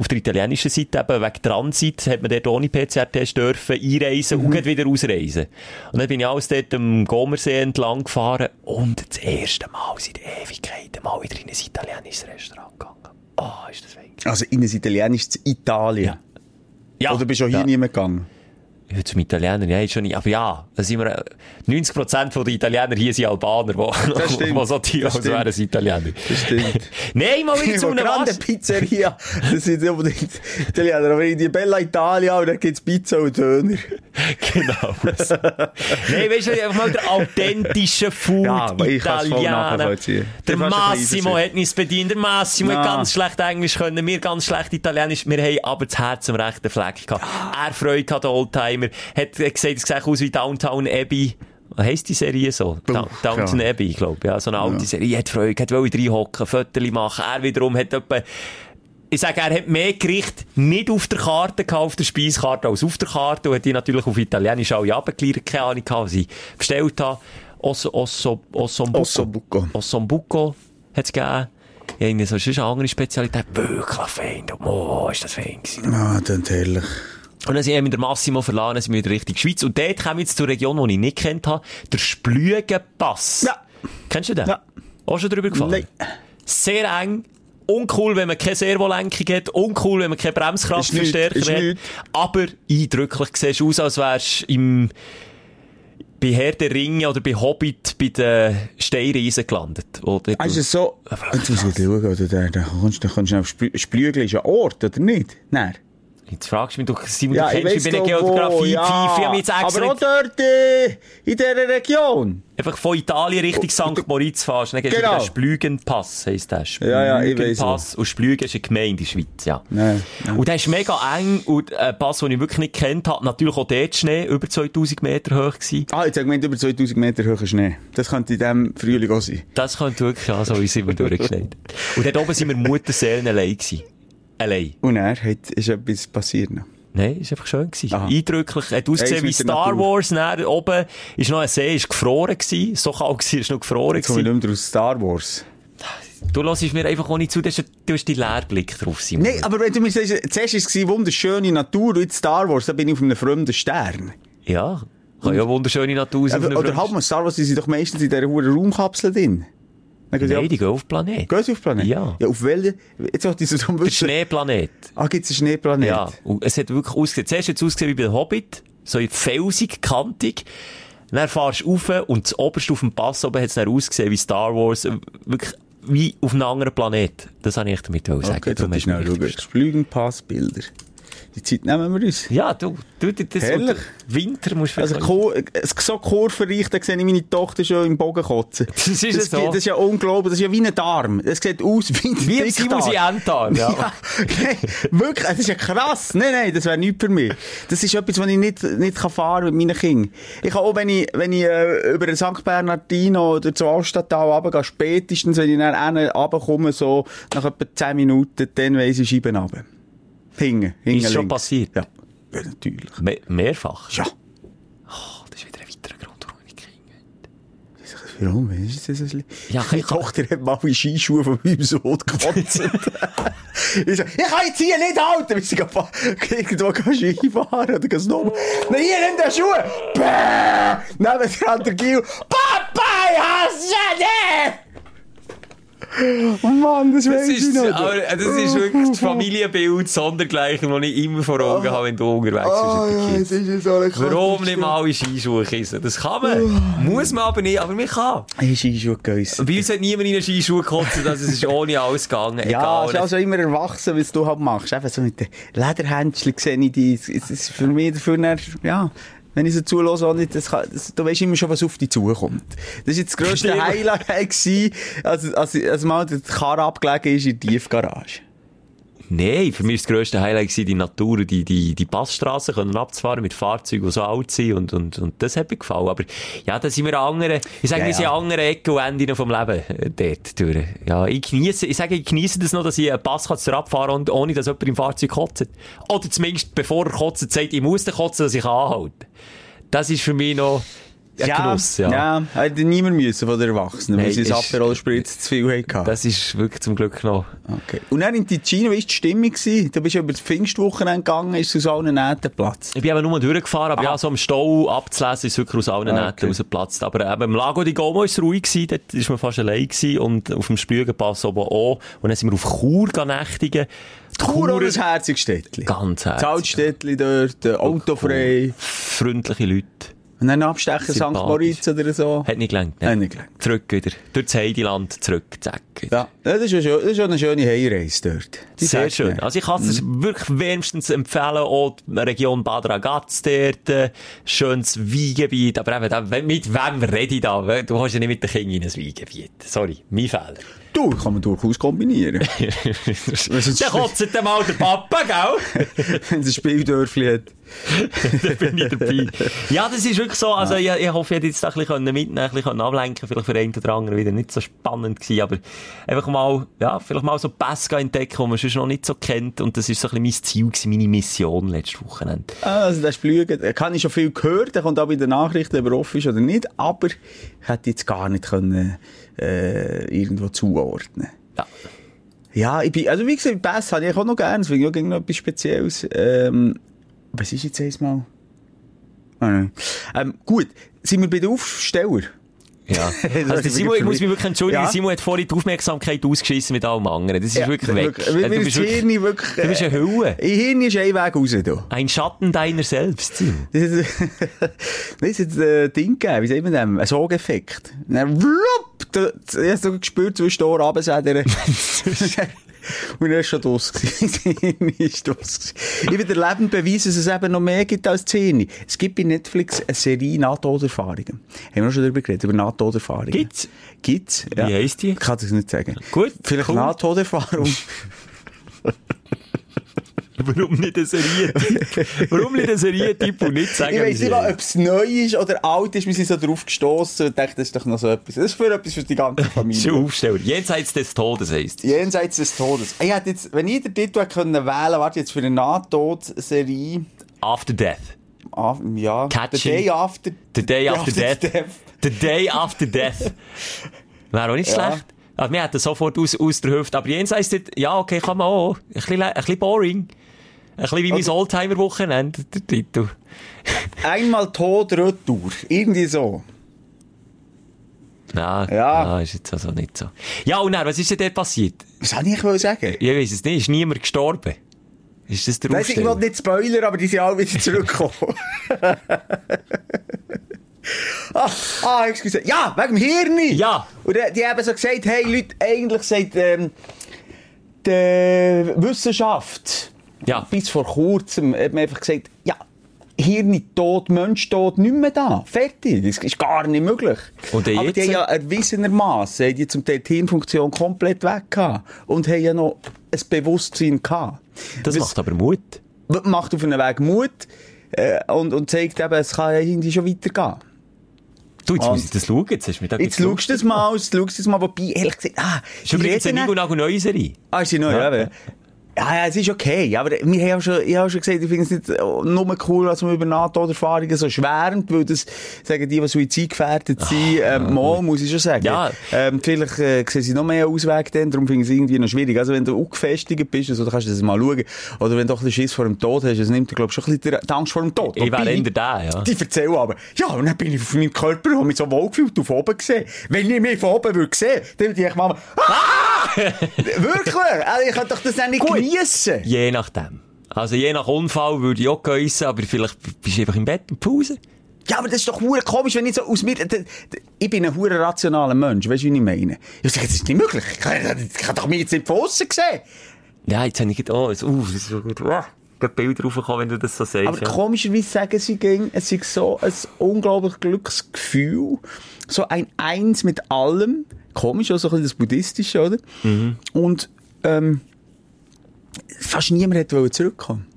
Speaker 4: Auf der italienischen Seite eben, wegen Transit, hat man dort ohne PCR-Test dürfen einreisen
Speaker 3: Mhm.
Speaker 4: und gleich wieder ausreisen. Und dann bin ich alles dort am Gomersee entlang gefahren und das erste Mal seit Ewigkeiten mal wieder in ein italienisches Restaurant gegangen. Ah, ist das weg.
Speaker 3: Also, in ein italienisches Italien.
Speaker 4: Ja,
Speaker 3: Oder bist du auch hier
Speaker 4: ja.
Speaker 3: nie mehr gegangen?
Speaker 4: Ja, zum Italiener, ja, ist schon nicht. Aber ja, da sind wir, äh, 90% der Italiener hier sind Albaner,
Speaker 3: Das
Speaker 4: die,
Speaker 3: stimmt.
Speaker 4: die so tun,
Speaker 3: Das
Speaker 4: als wären sie Italiener.
Speaker 3: Das stimmt.
Speaker 4: Nein, mal wieder zu
Speaker 3: Irgendwo
Speaker 4: einem
Speaker 3: Grande
Speaker 4: was?
Speaker 3: Pizzeria. Das sind nicht unbedingt Italiener, aber in die Bella Italia und dann gibt's Pizza und Döner.
Speaker 4: Genau. so. Nein, weißt du, einfach mal der authentische Food
Speaker 3: Ja, aber ich kann's voll
Speaker 4: Italiener.
Speaker 3: nachvollziehen.
Speaker 4: Der
Speaker 3: Ich kann's ein bisschen
Speaker 4: Massimo hat uns bedient. Der Massimo
Speaker 3: Na.
Speaker 4: hat ganz schlecht Englisch können, wir ganz schlecht Italienisch. Wir haben aber das Herz am rechten Fleck gehabt. Er freut hat Oldtimer. Hat äh, gesagt, es sieht aus wie Downtown Abbey. Was heisst die Serie so? Da
Speaker 3: Puh,
Speaker 4: Downton
Speaker 3: ja.
Speaker 4: Abbey, glaube ich. Ja, so eine alte Serie. Hat Freude, hat wollte reinhocken, Fotos machen. Er wiederum hat etwa ich sage, er hat mehr Gericht nicht auf der Karte gehabt, auf der Speiskarte, als auf der Karte. Und hat die natürlich auf Italienisch alle runtergeleiert. Keine Ahnung gehabt, was ich bestellt habe. Osso, Osso, Ossombuco.
Speaker 3: Ossombuco.
Speaker 4: Ossombuco hat es gegeben. Ja, irgendwie so, sonst eine andere Spezialität. Wirklich fein. Oh, ist das fein gewesen.
Speaker 3: Ah, dann herrlich.
Speaker 4: Und dann sind wir mit der Massimo verlassen, dann sind wir wieder Richtung Schweiz. Und dort kommen wir jetzt zur Region, die ich nicht kennt habe. Der Splügenpass.
Speaker 3: Ja.
Speaker 4: Kennst du den?
Speaker 3: Ja.
Speaker 4: Auch schon drüber gefahren?
Speaker 3: Nein.
Speaker 4: Sehr eng. Uncool, wenn man keine Servolenkung hat. Uncool, wenn man keine
Speaker 3: Ist nichts,
Speaker 4: Bremskraftverstärker
Speaker 3: ist
Speaker 4: hat.
Speaker 3: nichts.
Speaker 4: Aber eindrücklich siehst du aus, als wärst du im, bei Herr der Ringe oder bei Hobbit bei den Steinriesen gelandet. Oder
Speaker 3: Hast du so? Jetzt muss ich schauen, oder der, der kommst, dann kommst du auf Splügel ist ein Ort, oder nicht? Nein.
Speaker 4: Jetzt fragst du mich, du, Simon,
Speaker 3: Ja,
Speaker 4: du
Speaker 3: ich
Speaker 4: kennst,
Speaker 3: weiß
Speaker 4: ich bin ein
Speaker 3: doch wo,
Speaker 4: geografie
Speaker 3: ja.
Speaker 4: ich habe mich jetzt extra
Speaker 3: Aber auch dort äh, in dieser Region.
Speaker 4: einfach von Italien Richtung St. Moritz fährst. Dann gehst du
Speaker 3: Oh, Genau.
Speaker 4: über den Splügenpass, heisst der.
Speaker 3: Ja, ja, ich weiss
Speaker 4: Splügenpass. Und Splügen ist eine Gemeinde in der Schweiz, ja.
Speaker 3: Nein.
Speaker 4: Und der ist mega eng und ein Pass, den ich wirklich nicht kennt habe. Natürlich auch dort Schnee, über 2000 Meter hoch gewesen.
Speaker 3: Ah, jetzt habe ich gemeint, über 2000 Meter hoher Schnee. Das könnte in diesem Frühling auch sein.
Speaker 4: Das könnte wirklich auch so sein, sind wir durchgeschneit. Und dort oben sind wir Mutterseelen allein gewesen. Allein.
Speaker 3: Und er hat, ist etwas passiert. noch.
Speaker 4: Nein, ist einfach schön gewesen.
Speaker 3: Aha.
Speaker 4: Eindrücklich. Hat
Speaker 3: Eins
Speaker 4: ausgesehen wie
Speaker 3: mit der
Speaker 4: Star
Speaker 3: Natur.
Speaker 4: Wars. Dann oben ist noch ein See, ist gefroren gewesen. So kalt gewesen, ist noch gefroren
Speaker 3: Jetzt kommen wir
Speaker 4: gewesen.
Speaker 3: nicht mehr aus Star Wars.
Speaker 4: Du hörst mir einfach auch nicht zu, du hast, du hast deinen Leerblick drauf, Simon.
Speaker 3: Nein, aber wenn du mir sagst, zuerst war es gewesen, wunderschöne Natur und jetzt Star Wars, dann bin ich auf einem fremden Stern.
Speaker 4: Ja, kann ja wunderschöne Natur sein. auf
Speaker 3: Aber,
Speaker 4: einem
Speaker 3: oder halt
Speaker 4: Fremden-
Speaker 3: mal, Star Wars die sind doch meistens in dieser hohen Raumkapsel drin. Dann gehen sie
Speaker 4: Nein,
Speaker 3: ab-
Speaker 4: die gehen auf den Planet.
Speaker 3: Gehen sie auf den Planeten?
Speaker 4: Ja.
Speaker 3: ja. Auf welchen? Jetzt wollte ich es darum
Speaker 4: Der
Speaker 3: wissen.
Speaker 4: Schneeplanet.
Speaker 3: Ah, gibt es einen Schneeplanet?
Speaker 4: Ja, und es hat wirklich ausgesehen. Zuerst hat es ausgesehen wie bei den Hobbit. So felsig, kantig. Dann fahrst du rauf und das oberste auf dem Pass oben hat es dann ausgesehen wie Star Wars. äh, Wirklich wie auf einem anderen Planet. Das wollte ich damit sagen.
Speaker 3: Okay, jetzt
Speaker 4: Darum
Speaker 3: wollte
Speaker 4: hast
Speaker 3: ich
Speaker 4: du
Speaker 3: schnell
Speaker 4: mich
Speaker 3: schauen.
Speaker 4: richtig
Speaker 3: Flügenpassbilder. Die Zeit nehmen wir uns.
Speaker 4: verstanden. Ja, du, du, du das
Speaker 3: Herrlich.
Speaker 4: und Winter musst du
Speaker 3: Also,
Speaker 4: vielleicht-
Speaker 3: Kur- äh, so kurvenreich, da sehe ich meine Tochter schon im Bogen kotzen.
Speaker 4: Das ist so.
Speaker 3: Das ist ja unglaublich, das ist ja wie ein Darm. Das sieht aus wie ein
Speaker 4: Wie im
Speaker 3: Dickdarm.
Speaker 4: Simon sie Enddarm, ja.
Speaker 3: Ja, nein, wirklich, das ist ja krass. Nein, nein, das wäre nichts für mich. Das ist etwas, was ich nicht, nicht kann fahren mit meinen Kindern. Ich kann auch, wenn ich, wenn ich äh, über den St. Bernardino oder zu Altstadttal runtergehe, spätestens, wenn ich dann hinten runterkomme, so nach etwa 10 Minuten, dann weiss ich, Scheiben runter. Hingen, hingen
Speaker 4: Ist schon
Speaker 3: links.
Speaker 4: passiert?
Speaker 3: Ja, ja natürlich.
Speaker 4: Me mehrfach.
Speaker 3: Ja.
Speaker 4: Oh, das ist wieder ein weiterer Grund, warum ich nicht kriege.
Speaker 3: Warum ist das so?
Speaker 4: Ja,
Speaker 3: Meine
Speaker 4: ich kann-
Speaker 3: Tochter hat mal in Skischuhe von meinem Sohn gekotzt. ich so, ich kann jetzt hier nicht halten, weil sie gehen fa- irgendwo gehen Skifahren oder gehen Snowboard. Nein, hier, nimm den Schuh! Bäh! Neben der anderen Gil. Papa, ich hasse dich! Oh Mann, das
Speaker 4: Das
Speaker 3: weiß ich
Speaker 4: ist,
Speaker 3: nicht.
Speaker 4: aber, das ist
Speaker 3: Oh,
Speaker 4: wirklich das Familienbild sondergleichen, das ich immer vor Augen habe, wenn du unterwegs bist.
Speaker 3: Oh
Speaker 4: mit den
Speaker 3: ja,
Speaker 4: Kids.
Speaker 3: es ist so eine
Speaker 4: Warum nicht mal in Skischuhe kissen? Das kann
Speaker 3: Oh.
Speaker 4: man. Muss man aber nicht, aber man kann.
Speaker 3: Ich habe Skischuhe gegessen.
Speaker 4: Bei uns hat niemand in den Skischuhe gekotzt, also es ist ohne alles gegangen.
Speaker 3: Ja,
Speaker 4: Egal.
Speaker 3: ist also immer erwachsen, was du halt machst. Eben so mit den Lederhändchen sehe ich die. Es es ist für mich dafür, dann- ja, wenn ich so zulasse, auch nicht, das kann, das, du weisst immer schon, was auf dich zukommt. Das war jetzt das grösste
Speaker 4: Stimmt.
Speaker 3: Highlight, gewesen, als, als, als mal der Karre abgelegen ist in der Tiefgarage.
Speaker 4: Nein, für mich war das grösste Highlight gewesen, die Natur, und die, die, die Passstraßen können abzufahren mit Fahrzeugen, die so alt sind und, und, und das hat mir gefallen. Aber ja, da sind wir an anderen, ich sage,
Speaker 3: Ja,
Speaker 4: wir sind
Speaker 3: ja.
Speaker 4: an anderen Ecken und Enden vom Leben äh, dort durch. Ja, ich genieße, ich sage, ich genieße das noch, dass ich einen Pass kann zur Abfahren und ohne, dass jemand im Fahrzeug kotzt. Oder zumindest, bevor er kotzt, sagt, ich muss den kotzen, dass ich kann anhalten Das ist für mich noch ein Genuss, ja.
Speaker 3: ja. Hätte niemand müssen von den Erwachsenen, weil
Speaker 4: Nein,
Speaker 3: sie das
Speaker 4: ist-
Speaker 3: Aperol Spritz zu viel hatten.
Speaker 4: Das ist wirklich zum Glück noch,
Speaker 3: Okay. Und dann in Ticino, wie war die Stimmung? gewesen? Du bist ja über das Pfingstwochenende gegangen, ist aus allen Nähten Platz.
Speaker 4: Ich bin eben nur durchgefahren, aber ja, so am Stau abzulesen ist wirklich aus allen
Speaker 3: Ah,
Speaker 4: Nähten
Speaker 3: okay.
Speaker 4: rausgeplatzt. Aber äh, eben im Lago di Como war es ruhig, gewesen, dort war man fast allein gewesen und auf dem Splügenpass oben auch. Und dann sind wir auf Chur genächtigen. Die
Speaker 3: Pur
Speaker 4: Churer-
Speaker 3: und ein herziges Städtchen.
Speaker 4: Ganz herzig.
Speaker 3: Zaltstädtli dort, äh, autofrei.
Speaker 4: Freundliche Leute.
Speaker 3: Und dann abstechen St.
Speaker 4: Sympathisch.
Speaker 3: Moritz oder so.
Speaker 4: Hat nicht gelangt, ne?
Speaker 3: Hat nicht gelangt.
Speaker 4: Zurück wieder. Durchs Heideland, zurück, zack. wieder.
Speaker 3: Ja, das ist, ja schön, das ist ja eine schöne Heimreise dort. Die
Speaker 4: Sehr
Speaker 3: sagt's
Speaker 4: schön.
Speaker 3: mir. Mhm.
Speaker 4: Also ich kann es wirklich wärmstens empfehlen, auch die Region Bad Ragaz dort, äh, schönes Weingebiet, aber eben, da- we- mit wem rede ich da? We- Du kannst ja nicht mit den Kindern in ein Weingebiet. Sorry, mein Fehler.
Speaker 3: Du, kann man durchaus kombinieren. ist-
Speaker 4: Dann kotzt dann mal der Papa, gell?
Speaker 3: Wenn es ein Spieldörfli hat.
Speaker 4: Dann bin ich dabei. Ja, das ist wirklich so, also ich, ich hoffe, ich hätte jetzt da ein bisschen können mitnehmen ein bisschen können ablenken vielleicht für einen oder anderen wieder nicht so spannend gewesen, aber einfach mal, ja, vielleicht mal so Pesca entdecken, die man sonst noch nicht so kennt und das ist so ein bisschen mein Ziel gewesen, meine Mission letztes Wochenende.
Speaker 3: Ah, Also, das Splügen, da kann ich schon viel gehört, der kommt auch bei den Nachrichten, ob er offen ist oder nicht, aber hätte jetzt gar nicht können, äh, irgendwo zuordnen.
Speaker 4: Ja.
Speaker 3: Ja, ich bin, also wie gesagt, Bass habe ich auch noch gerne, deswegen auch gegen noch etwas Spezielles. Ähm, was ist jetzt einmal? Ah, nein. Ähm, gut, sind wir bei den Aufsteller?
Speaker 4: Ja. Also,
Speaker 3: Das
Speaker 4: der
Speaker 3: ist
Speaker 4: Simon, ich
Speaker 3: für
Speaker 4: muss
Speaker 3: mich-
Speaker 4: mich wirklich entschuldigen,
Speaker 3: Ja.
Speaker 4: Simon hat vorhin die Aufmerksamkeit ausgeschissen mit allem anderen. Das ist wirklich weg.
Speaker 3: Wirklich, wir-
Speaker 4: Äh,
Speaker 3: wir
Speaker 4: du, bist
Speaker 3: sind
Speaker 4: wirklich,
Speaker 3: Hirni wirklich,
Speaker 4: du bist eine Hülle.
Speaker 3: äh, in Hirn ist ein Weg raus. Du.
Speaker 4: Ein Schatten deiner selbst, Simon.
Speaker 3: Das ist, das ist jetzt ein Ding gegeben, wie sagt man dem? Ein Sogeffekt. Und Dann, wlupp, da- ich habe sogar gespürt, zwischen den Ohren runtersädern. Und er war schon draus. ist draus. Ich bin der lebende Beweis, dass es eben noch mehr gibt als 10. Es gibt bei Netflix eine Serie Nahtoderfahrungen. Haben wir schon darüber geredet, über Nahtoderfahrungen?
Speaker 4: Gibt's?
Speaker 3: Gibt's,
Speaker 4: Wie heisst die?
Speaker 3: Ich kann das nicht sagen.
Speaker 4: Gut,
Speaker 3: Vielleicht
Speaker 4: cool.
Speaker 3: Nahtoderfahrung.
Speaker 4: Warum nicht ein Serientipp? Warum nicht ein Serientipp und nicht sagen,
Speaker 3: Ich
Speaker 4: wie
Speaker 3: weiss
Speaker 4: sie
Speaker 3: nicht, mal,
Speaker 4: heißt?
Speaker 3: ob es neu ist oder alt ist. Wir sind so drauf gestossen und dachten, das ist doch noch so etwas. Das ist für etwas für die ganze
Speaker 4: Das ist ein
Speaker 3: Familie.
Speaker 4: Aufsteller. Jenseits des Todes heisst.
Speaker 3: Jenseits des Todes. Ich hätte jetzt, wenn ich den Titel hätte können wählen warte jetzt für eine Nahtod-Serie.
Speaker 4: After Death.
Speaker 3: Ah, ja.
Speaker 4: Catching.
Speaker 3: The Day After.
Speaker 4: The Day After Death. The Day After Death. Wäre auch nicht
Speaker 3: Ja.
Speaker 4: schlecht. Also, wir hätten sofort aus, aus der Hüfte. Aber jenseits, dort- ja, okay, kann man auch. Ein bisschen, le- ein bisschen boring. Ein bisschen wie mein Oldtimer-Wochenende, der Titel.
Speaker 3: Einmal Tod, Retour. Irgendwie so.
Speaker 4: Ja,
Speaker 3: Ja.
Speaker 4: ja. ist jetzt also nicht so. Ja, und dann, was ist denn dort passiert?
Speaker 3: Was soll ich wohl sagen?
Speaker 4: Ich weiss es nicht, ist niemand gestorben? Ist das der
Speaker 3: Weiss, ich will
Speaker 4: Aufsteller?
Speaker 3: nicht Spoiler, aber die sind alle wieder zurückgekommen. ah, ah, excuse. Ja, wegen dem Hirn.
Speaker 4: Ja.
Speaker 3: Und die, die haben so gesagt, hey Leute, eigentlich sagt ähm, die Wissenschaft
Speaker 4: Ja.
Speaker 3: bis vor kurzem hat man einfach gesagt, ja, Hirn tot, Mensch tot, nicht mehr da. Fertig. Das ist gar nicht möglich.
Speaker 4: Und dann
Speaker 3: aber die
Speaker 4: jetzt?
Speaker 3: haben ja erwiesenermassen haben die zum Teil die Hirnfunktion komplett weg gehabt und haben ja noch ein Bewusstsein gehabt.
Speaker 4: Das
Speaker 3: Was-
Speaker 4: macht aber Mut.
Speaker 3: macht auf einen Weg Mut äh, und, und zeigt eben, es kann ja irgendwie schon weitergehen.
Speaker 4: Du, jetzt
Speaker 3: Und-
Speaker 4: muss ich das schauen. Jetzt, hast du mir da
Speaker 3: Ah. Jetzt
Speaker 4: gezuckt.
Speaker 3: schaust du es mal, jetzt schaust du es mal, wobei, ehrlich gesagt, ah,
Speaker 4: Ist übrigens
Speaker 3: die
Speaker 4: eine
Speaker 3: reden-
Speaker 4: Nico Nago neue Serie.
Speaker 3: Ah, ist sie neu, ja.
Speaker 4: Ja.
Speaker 3: Ja, ja, ja, es ist okay, aber wir haben ja schon, ich habe schon gesagt, ich finde es nicht äh, nur cool, dass man über NATO-Erfahrungen so schwärmt, weil das sagen die, die suizidgefährdet sind, ähm, mal, muss ich schon sagen.
Speaker 4: Ah. Ja.
Speaker 3: Ähm, vielleicht äh, sehen sie noch mehr Ausweg dann, darum finde ich es irgendwie noch schwierig. Also wenn du aufgefestigt bist, also, dann kannst du das mal schauen. Oder wenn du doch ein bisschen Schiss vor dem Tod hast, das nimmt dir, glaube ich, schon ein bisschen die Angst vor dem Tod.
Speaker 4: Ich wäre
Speaker 3: Wobei-
Speaker 4: eher der, ja.
Speaker 3: die erzählen aber, ja, und dann bin ich auf meinem Körper, habe mich so wohl gefühlt, auf oben gesehen. Wenn ich mich von oben würde sehen, dann würde ich mal, ah! Wirklich? Also, ich könnte doch das dann nicht
Speaker 4: Gut.
Speaker 3: geniessen.
Speaker 4: Je nachdem. Also je nach Unfall würde ich auch geissen, aber vielleicht bist du einfach im Bett und Pause.
Speaker 3: Ja, aber das ist doch hure komisch, wenn ich so aus mir, d- d- ich bin ein hure rationaler Mensch, weißt du, wie ich meine? Ich sage, das ist nicht möglich. Ich kann, ich kann doch mich jetzt nicht von aussen sehen.
Speaker 4: Ja, jetzt habe ich gedacht, oh, jetzt, uh, das ist so gut. Ah, gerade Bilder raufgekommen, wenn du das so sagst.
Speaker 3: Aber
Speaker 4: ja.
Speaker 3: komischerweise sagen sie, gegen, es sei so ein unglaublich Glücksgefühl. So ein Eins mit allem. Komisch, auch so ein bisschen das Buddhistische, oder?
Speaker 4: Mhm.
Speaker 3: Und ähm, fast niemand hat wollen zurückkommen.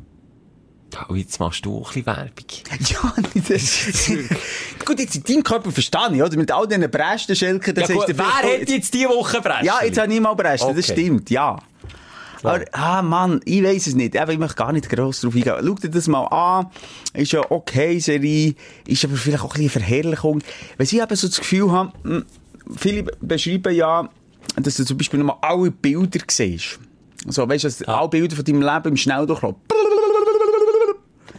Speaker 4: Oh, jetzt machst du auch ein bisschen Werbung.
Speaker 3: Ja, das Gut, jetzt in deinem Körper verstehe ich, oder? Mit all diesen Brestenschelken, das
Speaker 4: Ja, gut,
Speaker 3: ist
Speaker 4: wer hätte jetzt diese Woche Brecht?
Speaker 3: Ja, jetzt habe ich mal Bresten, das
Speaker 4: Okay.
Speaker 3: stimmt, ja. Aber, ah, Mann, ich weiß es nicht. Aber ich möchte gar nicht gross drauf eingehen. Schau dir das mal an. Ist ah, ja okay, Serie. Ist aber vielleicht auch ein bisschen Verherrlichung. Weil ich eben so das Gefühl habe, hm, viele beschreiben ja, dass du zum Beispiel nochmal alle Bilder siehst. So, weißt du, dass alle Bilder von deinem Leben im Schnelldurchlauf.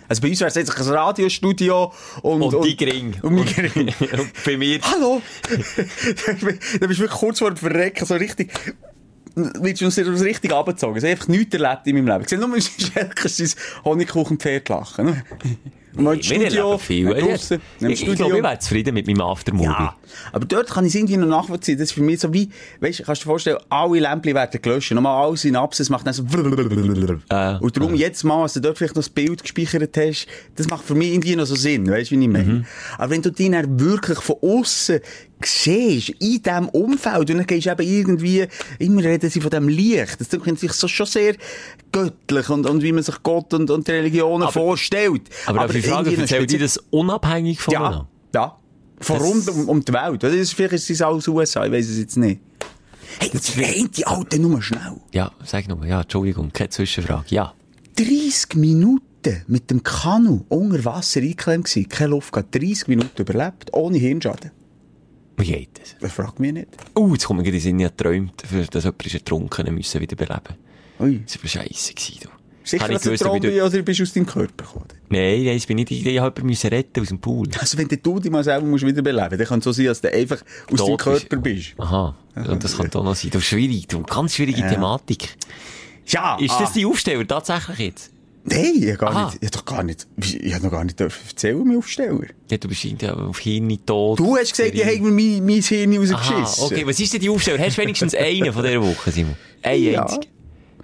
Speaker 3: Also bei uns wäre es jetzt ein Radiostudio und,
Speaker 4: Und, die Gring.
Speaker 3: Und, mein Ring.
Speaker 4: Und bei mir.
Speaker 3: Hallo! da bist du wirklich kurz vor dem Verrecken, so richtig. Willst du uns das richtig abgezogen? Ich habe einfach nichts erlebt in meinem Leben. Ich sehe nur, Schelker sein Honigkuchenpferd lachen. ne? Mal im
Speaker 4: Wir erleben viel.
Speaker 3: mal
Speaker 4: Ja.
Speaker 3: draussen, im
Speaker 4: Ich, ich
Speaker 3: Studio.
Speaker 4: glaube, ich wäre zufrieden mit meinem Aftermovie.
Speaker 3: Ja, aber dort kann ich es irgendwie noch nachvollziehen. Das ist für mich so wie, weißt du, kannst du dir vorstellen, alle Lämpchen werden gelöscht. Nochmal alle Synapsen, es macht dann so
Speaker 4: Äh,
Speaker 3: Und darum jetzt mal, als du dort vielleicht noch das Bild gespeichert hast, das macht für mich irgendwie noch so Sinn, weißt du, wie ich meine?
Speaker 4: Mhm.
Speaker 3: Aber wenn du dich dann wirklich von außen siehst, in diesem Umfeld, und dann gehst du eben irgendwie, immer reden sie von diesem Licht, das klingt sich so schon sehr göttlich und, und wie man sich Gott und, und die Religionen vorstellt.
Speaker 4: Aber, aber die Frage,
Speaker 3: irgendwie noch
Speaker 4: erzählt ihr das unabhängig voneinander?
Speaker 3: ja, ja. Von
Speaker 4: Das-
Speaker 3: rund um, um die Welt. Oder? Das ist, vielleicht ist es aus den USA, ich weiß es jetzt nicht. Hey, das rennt die Alte nur schnell.
Speaker 4: Ja, sag nochmal. Ja, Entschuldigung, keine Zwischenfrage. Ja.
Speaker 3: 30 Minuten mit dem Kanu unter Wasser eingeklemmt gewesen. Keine Luft gehabt. 30 Minuten überlebt, ohne Hirnschaden.
Speaker 4: Wie geht das?
Speaker 3: Das fragt mich nicht.
Speaker 4: Uh, jetzt kommt mir gerade in den Sinn, ich habe geträumt, für- dass jemand ist ertrunken und müssen wieder beleben.
Speaker 3: Ui.
Speaker 4: Das war scheisse gewesen, du.
Speaker 3: Sicher,
Speaker 4: Hab ich
Speaker 3: dass du
Speaker 4: gewusst, ob ich
Speaker 3: Trombe
Speaker 4: dort-
Speaker 3: oder du bist aus deinem Körper gekommen.
Speaker 4: Nein, nein, ich bin nicht die Idee, ich habe jemanden müssen retten aus dem Pool.
Speaker 3: Also wenn du dich mal selber musst wiederbeleben, dann kann es so sein, dass du einfach aus deinem
Speaker 4: Tot bist-
Speaker 3: Körper bist.
Speaker 4: Aha. Und das könnte auch noch sein. Du, schwierig, du. Ganz schwierige Thematik.
Speaker 3: Ja,
Speaker 4: Ist das
Speaker 3: ah.
Speaker 4: die Aufsteller tatsächlich jetzt?
Speaker 3: Nein, ich habe gar
Speaker 4: Aha.
Speaker 3: nicht, ich habe doch gar nicht, ich habe noch gar nicht dürfen erzählen, mein Aufsteller.
Speaker 4: Ja, du bist irgendwie auf Hirn tot.
Speaker 3: Du hast gesagt, ich habe mir mein, mein Hirn
Speaker 4: Aha,
Speaker 3: rausgeschissen.
Speaker 4: okay. Was ist denn die Aufsteller? Hast du wenigstens einen von dieser Woche, Simon? Ein
Speaker 3: Ja.
Speaker 4: einziger.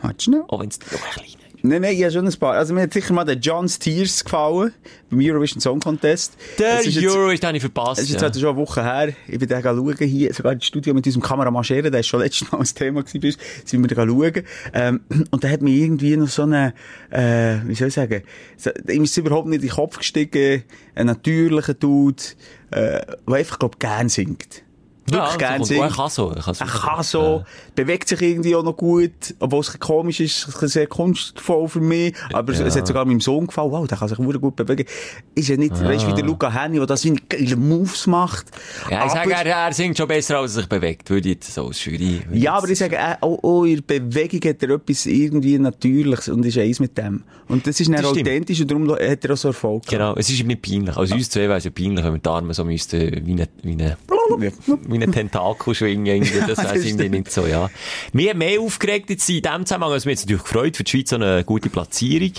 Speaker 3: Halt schnell.
Speaker 4: Auch wenn es nur ein kleiner ist.
Speaker 3: Nein, nein, ich habe schon ein paar. Also mir hat sicher mal der John Steers gefallen, beim Eurovision Song Contest.
Speaker 4: Der
Speaker 3: Das ist jetzt-
Speaker 4: Euro ist, den ich
Speaker 3: Es ist
Speaker 4: verpasst.
Speaker 3: jetzt
Speaker 4: Ja.
Speaker 3: halt schon eine Woche her. Ich bin da schauen, hier, sogar im Studio mit unserem Kameramann Scherer, der ist schon letztes Mal ein Thema gewesen, bist, sind wir da schauen. Ähm, und der hat mir irgendwie noch so eine, äh, wie soll ich sagen, so, ihm ist es überhaupt nicht in den Kopf gestiegen, ein natürlicher Dude, äh, der einfach, glaub, gern singt.
Speaker 4: Ja,
Speaker 3: wirklich gern
Speaker 4: so kommt-
Speaker 3: singen.
Speaker 4: oh, er kann so. Er kann so.
Speaker 3: Er kann so, bewegt sich irgendwie auch noch gut, obwohl es ein bisschen komisch ist, ein bisschen sehr kunstvoll für mich, aber es- es hat sogar meinem Sohn gefallen, wow, der kann sich wirklich gut bewegen. Ist ja nicht,
Speaker 4: Ah.
Speaker 3: weißt du, wie der Luca Henny, der das seine geilen Moves macht.
Speaker 4: Ja, ich sage,
Speaker 3: Aber-
Speaker 4: er, er singt schon besser, als er sich bewegt. Würde ich jetzt so als Jury. würde
Speaker 3: Ja, aber ich sage, äh, auch, auch in der Bewegung hat er etwas irgendwie Natürliches und ist eins mit dem. Und das ist dann
Speaker 4: Das stimmt.
Speaker 3: authentisch und darum hat er auch so Erfolg gehabt.
Speaker 4: Genau, es ist mir peinlich. Also uns zwei wäre es ja peinlich, wenn wir die Arme so müssten, wie ein, wie ein,
Speaker 3: Ja.
Speaker 4: wie ein Tentakel schwingen. irgendwie. Das wäre
Speaker 3: das
Speaker 4: irgendwie
Speaker 3: stimmt.
Speaker 4: nicht so, ja. Mir hat mehr aufgeregt jetzt in dem Zusammenhang, also mir jetzt natürlich gefreut, für die Schweiz so eine gute Platzierung.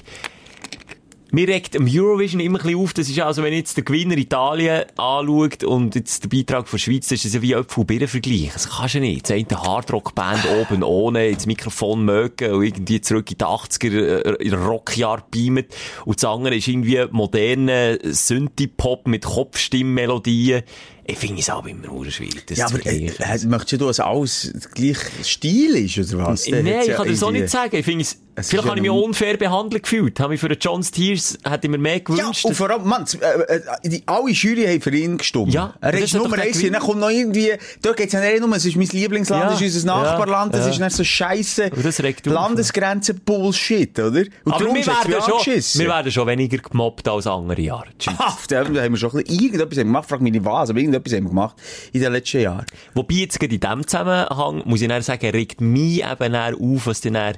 Speaker 4: Mir regt im Eurovision immer ein bisschen auf, das ist also, wenn jetzt der Gewinner Italien anschaut und jetzt der Beitrag von der Schweiz, das ist das ja wie Äpfel und Birnen vergleich. Das kannst du nicht. Das eine Hardrock-Band oben ohne, ins Mikrofon mögen und irgendwie zurück in die 80er, äh, in Rockjahr beamet. Und das andere ist irgendwie moderne Synthie-Pop mit Kopfstimmmelodien. Ich finde es auch immer ur schwierig, das
Speaker 3: Ja,
Speaker 4: zu
Speaker 3: aber äh,
Speaker 4: vergleichen.
Speaker 3: äh, möchtest du, dass alles gleich Stil ist, oder was? Der
Speaker 4: Nein,
Speaker 3: hat's
Speaker 4: ich
Speaker 3: ja
Speaker 4: kann das so
Speaker 3: irgendwie-
Speaker 4: nicht sagen. Ich finde es,
Speaker 3: Es
Speaker 4: vielleicht
Speaker 3: ist ja
Speaker 4: habe ich mich
Speaker 3: nur-
Speaker 4: unfair behandelt gefühlt. Habe ich für den John Steers, hätte ich mir mehr
Speaker 3: Ja,
Speaker 4: gewünscht.
Speaker 3: und vor allem, Mann, z- äh, äh, die, alle Jury haben für ihn gestimmt.
Speaker 4: Ja,
Speaker 3: er
Speaker 4: das
Speaker 3: ist
Speaker 4: hat doch
Speaker 3: Nummer
Speaker 4: der
Speaker 3: 1,
Speaker 4: Gewinn.
Speaker 3: dann kommt noch irgendwie, dort geht's ja nicht nur, es ist mein Lieblingsland,
Speaker 4: Ja,
Speaker 3: es ist unser
Speaker 4: ja,
Speaker 3: Nachbarland, das
Speaker 4: ja.
Speaker 3: ist nicht so scheisse
Speaker 4: Und das regt auf, ja.
Speaker 3: Landesgrenzen-Bullshit, oder? Und
Speaker 4: Aber
Speaker 3: darum
Speaker 4: wir
Speaker 3: schätzt
Speaker 4: werden,
Speaker 3: mich
Speaker 4: schon,
Speaker 3: angeschissen. Ah.
Speaker 4: wir werden schon weniger gemobbt als andere Jahre. Tschüss.
Speaker 3: Haft, da haben wir schon ein bisschen, irgendetwas haben wir gemacht, frag mich nicht was, aber irgendetwas haben wir gemacht in den letzten Jahren.
Speaker 4: Wobei jetzt gerade in diesem Zusammenhang, muss ich dann sagen, regt mich eben dann auf, was dann dann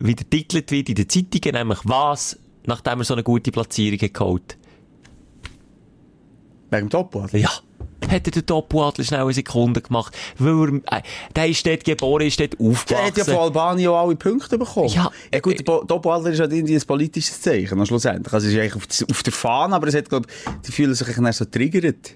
Speaker 4: wieder titelt wird in den Zeitungen, nämlich was, nachdem er so eine gute Platzierung hat geholt.
Speaker 3: Wegen dem Topwater.
Speaker 4: Ja. Hat er den Topo-Adler schnell eine Sekunde gemacht, weil er, äh, der ist dort geboren, ist dort
Speaker 3: Der hat ja von
Speaker 4: aufgewachsen.
Speaker 3: Albanien auch alle Punkte bekommen.
Speaker 4: Ja.
Speaker 3: ja gut, Doppelhalter ist halt irgendwie ein politisches Zeichen, schlussendlich. Also, es ist eigentlich auf, das- auf der Fahne, aber es hat, glaub, die fühlen sich dann so triggert.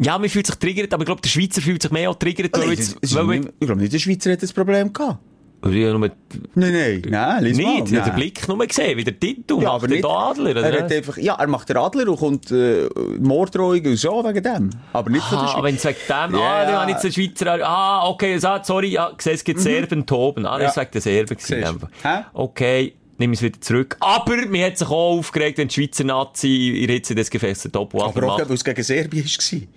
Speaker 4: Ja, man fühlt sich triggert, aber ich glaube, der Schweizer fühlt sich mehr auch triggert, weil
Speaker 3: Ah, Nein,
Speaker 4: jetzt,
Speaker 3: das- das-
Speaker 4: weil
Speaker 3: ich
Speaker 4: wir,
Speaker 3: glaube nicht, der Schweizer hat das Problem gehabt.
Speaker 4: ja, nur,
Speaker 3: Nein, nein, nein, Ah, lies mal.
Speaker 4: nicht, ich hab den
Speaker 3: Nein.
Speaker 4: Blick nur gesehen, wie der Titel
Speaker 3: Ja,
Speaker 4: macht,
Speaker 3: aber
Speaker 4: der
Speaker 3: nicht.
Speaker 4: Adler, oder?
Speaker 3: Er hat einfach, ja, er macht den Adler und kommt äh, Morddrohungen und so wegen dem. Aber nicht von der
Speaker 4: Ah,
Speaker 3: Schweiz.
Speaker 4: aber wenn es wegen dem,
Speaker 3: Ja,
Speaker 4: ah, dann
Speaker 3: ja.
Speaker 4: habe ich jetzt den Schweizer, ah, okay, so, sorry, ah, gesehen, es gibt Serben toben. Ah, das
Speaker 3: Ja.
Speaker 4: war wegen der Serben. gewesen,
Speaker 3: Siehst.
Speaker 4: einfach.
Speaker 3: Hä?
Speaker 4: Okay, nehme ich es wieder zurück. Aber mir hat sich auch aufgeregt, wenn die Schweizer Nazi in Ritze des Gefäßes top
Speaker 3: Aber auch,
Speaker 4: macht.
Speaker 3: weil es gegen Serbien war.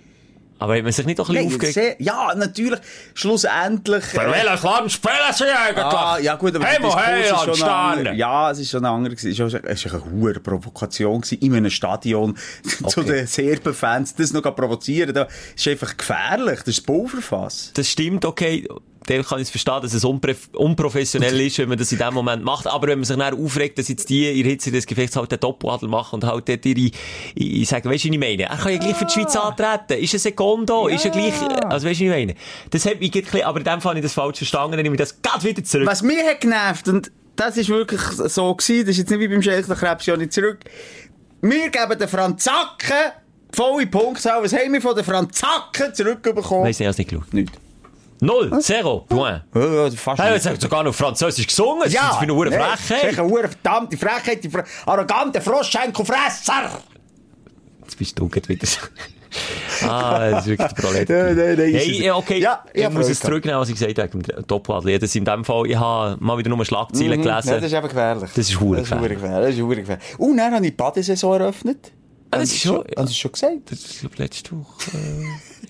Speaker 4: Aber hat man sich nicht auch ein bisschen
Speaker 3: Nein,
Speaker 4: aufgeregt?
Speaker 3: sehr- Ja, natürlich. Schlussendlich. äh,
Speaker 4: Clan spielen sie eigentlich?
Speaker 3: Ah, ja gut, aber
Speaker 4: Hey,
Speaker 3: der Diskurs
Speaker 4: hey,
Speaker 3: ist
Speaker 4: Land,
Speaker 3: schon ein anderer.
Speaker 4: Sterne.
Speaker 3: Ja, es ist schon ein anderer. gewesen. Es war es war eine hohe Provokation gewesen, in einem Stadion zu
Speaker 4: Okay.
Speaker 3: den Serben-Fans. Das noch provozieren, das ist einfach gefährlich. Das ist Pulverfass.
Speaker 4: Das stimmt, okay. Dann kann ich es verstehen, dass es unpref- unprofessionell ist, wenn man das in dem Moment macht. Aber wenn man sich dann aufregt, dass jetzt die in der Hitze des Gefechts halt den Doppelhandel machen und halt dort ihre, ich, ich sage, weißt du, was ich meine? Er kann ja gleich für die Schweiz antreten. Ist ein Sekondo, ist Ah. ja gleich, also weißt du, was ich meine? Das hat mich gerade ein bisschen, aber in dem Fall habe ich das falsch verstanden, dann nehme ich das gerade wieder zurück.
Speaker 3: Was mich hat genervt, und das ist wirklich so gewesen, das ist jetzt nicht wie beim Schelch, da krebs ja nicht zurück. Wir geben den Franzacken volle Punktzahl. Was haben wir von den Franzacken zurückbekommen?
Speaker 4: Weiss nicht, ich hab's nicht geschaut.
Speaker 3: Nicht.
Speaker 4: Null, zero, point.
Speaker 3: Ja, ja, fast
Speaker 4: Hey,
Speaker 3: nicht.
Speaker 4: jetzt hat sogar noch Französisch gesungen. Ja, das ist für eine
Speaker 3: nee,
Speaker 4: Hurenfrechheit.
Speaker 3: das ist eine hure verdammte Frechheit, die Fre arrogante Froschschenkelfresser!
Speaker 4: Jetzt bist du gerade wieder so. Ah, das ist wirklich der Prolet.
Speaker 3: Nein, nein, nein, ist
Speaker 4: Hey,
Speaker 3: es-
Speaker 4: okay,
Speaker 3: Ja, ich
Speaker 4: ich
Speaker 3: hab
Speaker 4: muss
Speaker 3: Freude
Speaker 4: es zurücknehmen, was ich gesagt habe, wegen dem Doppelhadel. Das ist in dem Fall, ich habe mal wieder nur
Speaker 3: Mhm,
Speaker 4: Schlagzeilen gelesen.
Speaker 3: Ja, Hm, das ist eben gefährlich.
Speaker 4: Das ist hure
Speaker 3: Das ist hure gefährlich. Das ist hure gefährlich. Und dann habe ich die Badesaison eröffnet.
Speaker 4: Ah, das
Speaker 3: Haben
Speaker 4: ist
Speaker 3: Sie
Speaker 4: schon-
Speaker 3: schon, haben Sie schon gesagt.
Speaker 4: Das ist, glaub ich, letzte Woche.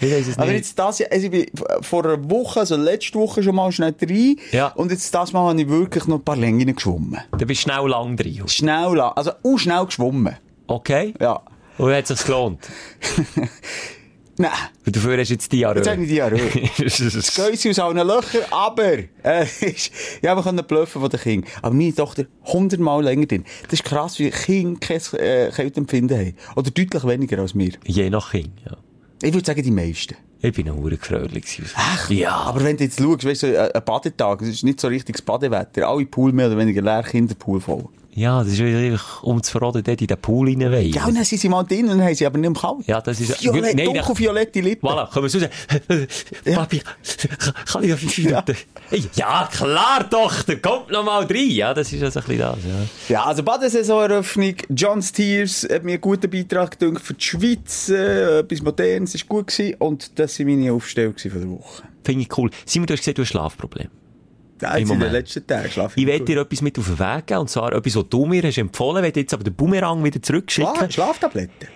Speaker 4: äh, Ich weiß es
Speaker 3: Aber
Speaker 4: nicht.
Speaker 3: jetzt das, Jahr- also ich bin vor einer Woche, also letzte Woche schon mal schnell rein.
Speaker 4: Ja.
Speaker 3: Und jetzt das Mal habe ich wirklich noch ein paar Längen geschwommen.
Speaker 4: Du bist schnell lang drin.
Speaker 3: Schnell, la- also auch schnell geschwommen.
Speaker 4: Okay?
Speaker 3: nou Ja.
Speaker 4: Und hat sich gelohnt.
Speaker 3: Nein,
Speaker 4: Und dafür hast du jetzt die Dus Jahre.
Speaker 3: jetzt habe ich die Arö. Gäuse aus allen Löchern, aber äh, ist, ja, wir können bluffen von den Kindern. Aber meine Tochter 100 Mal länger drin. Das ist krass, wie Kinder kein äh, Kälteempfinden haben. Oder deutlich weniger als wir.
Speaker 4: Je nach Kind, ja.
Speaker 3: Ich würde sagen, die meisten.
Speaker 4: Ich bin ein Hurengefröhlich. Echt? Ja.
Speaker 3: Aber wenn du eh, jetzt schaust, weißt du, so ein- ein Badetag, es ist nicht so richtiges Badewetter. Alle Pool mehr oder weniger leer, Kinderpool voll.
Speaker 4: Ja, das ist einfach, um zu verraten, dort in den Pool rein wollen.
Speaker 3: Ja, nou- und dann sind sie mal drin und haben sie aber nicht mehr kalt.
Speaker 4: Ja, das ist...
Speaker 3: Violett,
Speaker 4: Nein, da-
Speaker 3: dunkelviolette Lippen.
Speaker 4: Voilà, können wir so sagen. Papi, kann ich noch fünf Minuten? Ey, Ja, klar, Tochter, kommt noch mal rein. Ja, dus das ist ja so ein bisschen das. Ja.
Speaker 3: Ja, also Badesaisoneröffnung, John Steers hat mir einen guten Beitrag gedünkt für die Schweiz, äh, etwas Modernes, ist gut gewesen und das war meine Aufstellung gewesen von der Woche.
Speaker 4: Finde ich cool. Simon, du hast gesagt, du hast Schlafproblem.
Speaker 3: Ja, jetzt in den
Speaker 4: Moment.
Speaker 3: letzten Tagen schlafe
Speaker 4: Ich werde
Speaker 3: gut.
Speaker 4: dir etwas mit auf den Weg geben, und zwar etwas, was du mir hast empfohlen, werde jetzt aber den Bumerang wieder zurückschicken.
Speaker 3: Schla Schlaftabletten.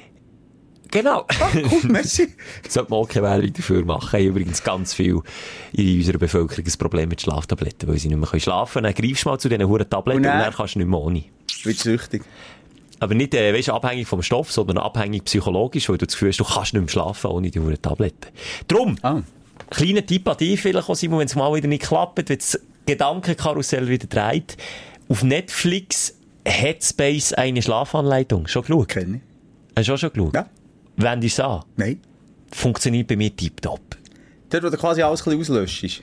Speaker 4: Genau.
Speaker 3: Ah, cool, merci.
Speaker 4: Sollte man auch keine Werbung dafür machen. Haben übrigens ganz viel in unserer Bevölkerung ein Problem mit Schlaftabletten, weil sie nicht mehr können schlafen können. Dann greifst du mal zu diesen huren Tabletten
Speaker 3: Und
Speaker 4: und
Speaker 3: dann-
Speaker 4: dann, kannst du nicht mehr ohne.
Speaker 3: Wird süchtig.
Speaker 4: Aber nicht, äh, weißt, abhängig vom Stoff, sondern abhängig psychologisch, weil du das Gefühl hast, du kannst nicht mehr schlafen ohne die huren Tabletten. Drum,
Speaker 3: Ah.
Speaker 4: kleiner Tipp an dich vielleicht auch, Simon, wenn es mal wieder nicht klappt, wenn das Gedankenkarussell wieder dreht. Auf Netflix Headspace eine Schlafanleitung. Schon geschaut?
Speaker 3: Kenne ich.
Speaker 4: Hast du auch schon geschaut?
Speaker 3: Ja.
Speaker 4: Wenn du es an,
Speaker 3: Nein.
Speaker 4: funktioniert bei mir tipptopp.
Speaker 3: Dort, wo du quasi alles ein bisschen auslöschst.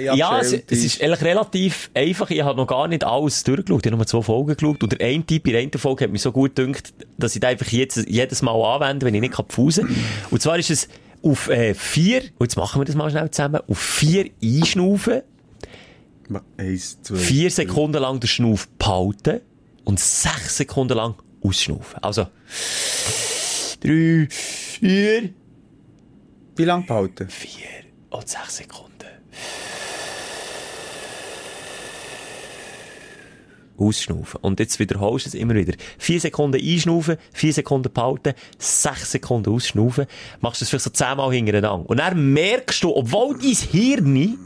Speaker 4: Ja, es, es ist eigentlich relativ einfach. Ich habe noch gar nicht alles durchgeschaut. Ich habe nur zwei Folgen geschaut. Und der eine Typ in der einen Folge hat mich so gut gedacht, dass ich den einfach jetzt, jedes Mal anwende, wenn ich nicht pfusen kann. Und zwar ist es auf äh, vier, und jetzt machen wir das mal schnell zusammen, auf vier einschnaufen,
Speaker 3: Eins, zwei.
Speaker 4: vier Sekunden lang den Schnauf behalten und sechs Sekunden lang ausschnaufen. Also, drei, vier,
Speaker 3: Wie lange behalten?
Speaker 4: vier und sechs Sekunden. Ausschnaufen. Und jetzt wiederholst du es immer wieder. Vier Sekunden einschnaufen, vier Sekunden behalten, sechs Sekunden ausschnaufen. Machst du das vielleicht so zehnmal hintereinander. Und dann merkst du, obwohl dein Hirn,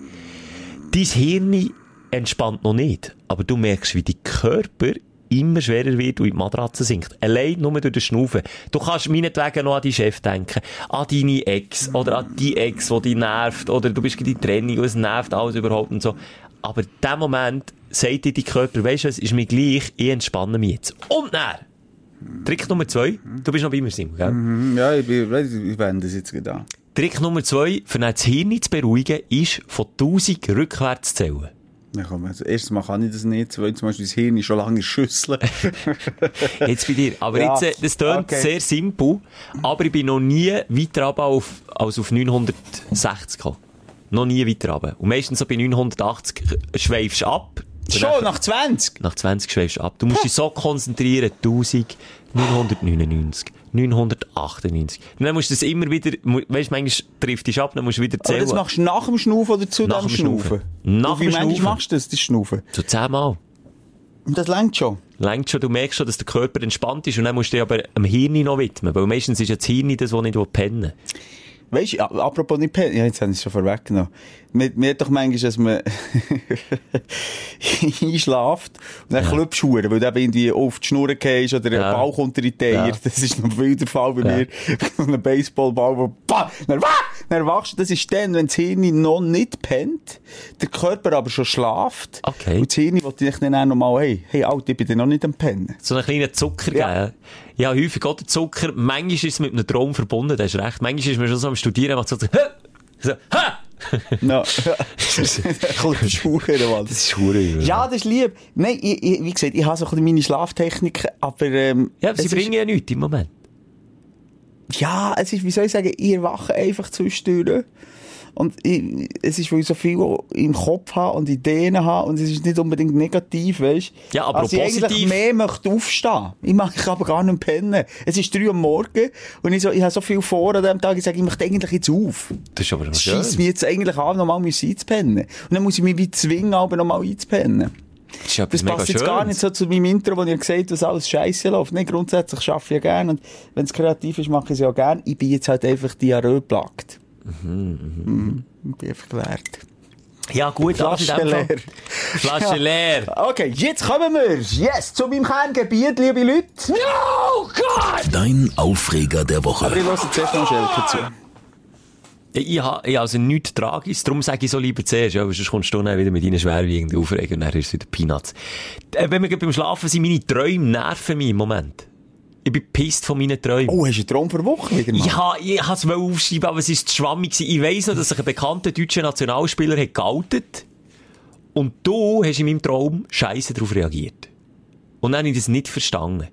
Speaker 4: dein Hirn entspannt noch nicht. Aber du merkst, wie dein Körper immer schwerer wird und in die Matratze sinkt. Allein nur durch den Schnaufen. Du kannst meinetwegen noch an deinen Chef denken, an deine Ex oder an die Ex, die dich nervt oder du bist gerade in die Trennung und es nervt alles überhaupt und so. Aber in dem Moment sagt dir dein Körper, weisst du, es ist mir gleich, ich entspanne mich jetzt. Und dann, Trick Nummer zwei, du bist noch bei mir, Simon, gell?
Speaker 3: Hm, Ja, ich, bin, ich wende das jetzt getan.
Speaker 4: Trick Nummer zwei, für das Hirn zu beruhigen, ist von 1000 rückwärts zu zählen.
Speaker 3: Ja, komm, also, erstens mal kann ich das nicht, zweitens mal ist mein Hirn ist schon lange in Schüsseln.
Speaker 4: Jetzt bei dir. Aber
Speaker 3: Ja,
Speaker 4: jetzt, äh, das tönt
Speaker 3: okay.
Speaker 4: sehr simpel, aber ich bin noch nie weiter runter auf, als auf 960 gekommen. Noch nie weiter runter. Und meistens so bei 980 schweifst du ab. Und
Speaker 3: schon
Speaker 4: nachher-
Speaker 3: nach 20?
Speaker 4: Nach 20 schweifst du ab. Du musst dich so konzentrieren. 1000, 999, 998. Und dann musst du das immer wieder, mu- weißt du, manchmal trifft dich ab, dann musst du wieder
Speaker 3: Aber
Speaker 4: zählen.
Speaker 3: das machst du nach dem Schnaufen oder zu
Speaker 4: Nach
Speaker 3: dem
Speaker 4: dem
Speaker 3: Schnaufen?
Speaker 4: Schnaufen. Nach
Speaker 3: Und wie
Speaker 4: dem
Speaker 3: manchmal
Speaker 4: Schnaufen.
Speaker 3: machst du das, das Schnaufen?
Speaker 4: So zehnmal.
Speaker 3: Und das längt schon.
Speaker 4: Längt schon, du merkst schon, dass der Körper entspannt ist und dann musst du dich aber dem Hirn noch widmen, weil meistens ist ja das Hirn das, das nicht pennen will.
Speaker 3: Weißt du, a- apropos nicht pennen, ja, jetzt habe ich es schon vorweggenommen. Mir, mir hat doch manchmal, dass man einschlaft und dann ja. klüpfst du verdammt, weil du eben irgendwie auf die Schnur gehst oder ein
Speaker 4: Ja.
Speaker 3: Bauch unter die Teier.
Speaker 4: Ja.
Speaker 3: Das ist noch viel der Fall bei
Speaker 4: Ja.
Speaker 3: mir. ein Baseballball, wo bam, dann, wah, dann wachst du. Das ist dann, wenn das Hirn noch nicht pennt, der Körper aber schon schlaft.
Speaker 4: Okay.
Speaker 3: Und das Hirn will dich dann auch nochmal, hey, hey, Alter, ich bin dir noch nicht am Pennen.
Speaker 4: so einen kleinen Zucker
Speaker 3: Ja.
Speaker 4: geben. Ja, häufig auch der Zucker. Manchmal ist es mit einem Traum verbunden, da hast du recht. Manchmal ist man schon so am Studieren, macht so, so, hä! so ha!
Speaker 3: No. klüpfst du verdammt, Mann.
Speaker 4: Das ist hure übel.
Speaker 3: Ja, das ist lieb. Nein, ich, ich, wie gesagt, ich habe so ein bisschen meine Schlaftechniken, aber... Ähm,
Speaker 4: Ja, aber sie
Speaker 3: es
Speaker 4: bringen ja nichts im Moment.
Speaker 3: Ist, ja, es ist, wie soll ich sagen, ich erwache einfach zwischendurch. Und ich, es ist, weil ich so viel im Kopf habe und Ideen habe und es ist nicht unbedingt negativ, weißt du.
Speaker 4: Ja, aber
Speaker 3: also ich
Speaker 4: positiv-
Speaker 3: eigentlich mehr möchte aufstehen. Ich mag ich aber gar nicht pennen. Es ist drei am Morgen und ich, so, ich habe so viel vor an diesem Tag, ich sage, ich möchte eigentlich jetzt auf.
Speaker 4: Das ist aber noch
Speaker 3: Es
Speaker 4: schön.
Speaker 3: scheisst mich jetzt eigentlich an, nochmal einzupennen. Und dann muss ich mich wie zwingen, aber nochmal einzupennen.
Speaker 4: Das ist etwas
Speaker 3: Das
Speaker 4: mega
Speaker 3: passt jetzt
Speaker 4: Schönes.
Speaker 3: gar nicht so zu meinem Intro, wo ihr gesagt habt, dass alles scheiße läuft. Nein, grundsätzlich arbeite ich ja gerne. Und wenn es kreativ ist, mache ich es ja gerne. Ich bin jetzt halt einfach Diarrhoe plagt. Mhm, Ich bin einfach gelehrt.
Speaker 4: Ja, gut, aber in
Speaker 3: Flasche
Speaker 4: dem Fall.
Speaker 3: leer.
Speaker 4: Flasche leer.
Speaker 3: Okay, jetzt kommen wir. Yes, zu meinem Kerngebiet, liebe Leute.
Speaker 4: Oh Gott!
Speaker 2: Dein Aufreger der
Speaker 3: Aber ich
Speaker 2: Woche.
Speaker 3: höre zuerst noch Schelke zu.
Speaker 4: Ich habe ich ha also nichts Tragisches, darum sage ich so lieber zuerst, ja, weil sonst kommst du dann wieder mit deinen schwerwiegenden Aufregung und dann ist es wieder Peanuts. Äh, wenn wir gerade beim Schlafen sind, meine Träume nerven mich im Moment. Ich bin pisst von meinen Träumen.
Speaker 3: Oh, hast du einen Traum für Woche wieder mal?
Speaker 4: Ich ha, ich has mal aufschreiben, aber es ist zu schwammig gewesen. Ich weiss noch, dass sich ein bekannter deutscher Nationalspieler hat geoutet. Und du hast in meinem Traum scheiße darauf reagiert. Und dann habe ich das nicht verstanden.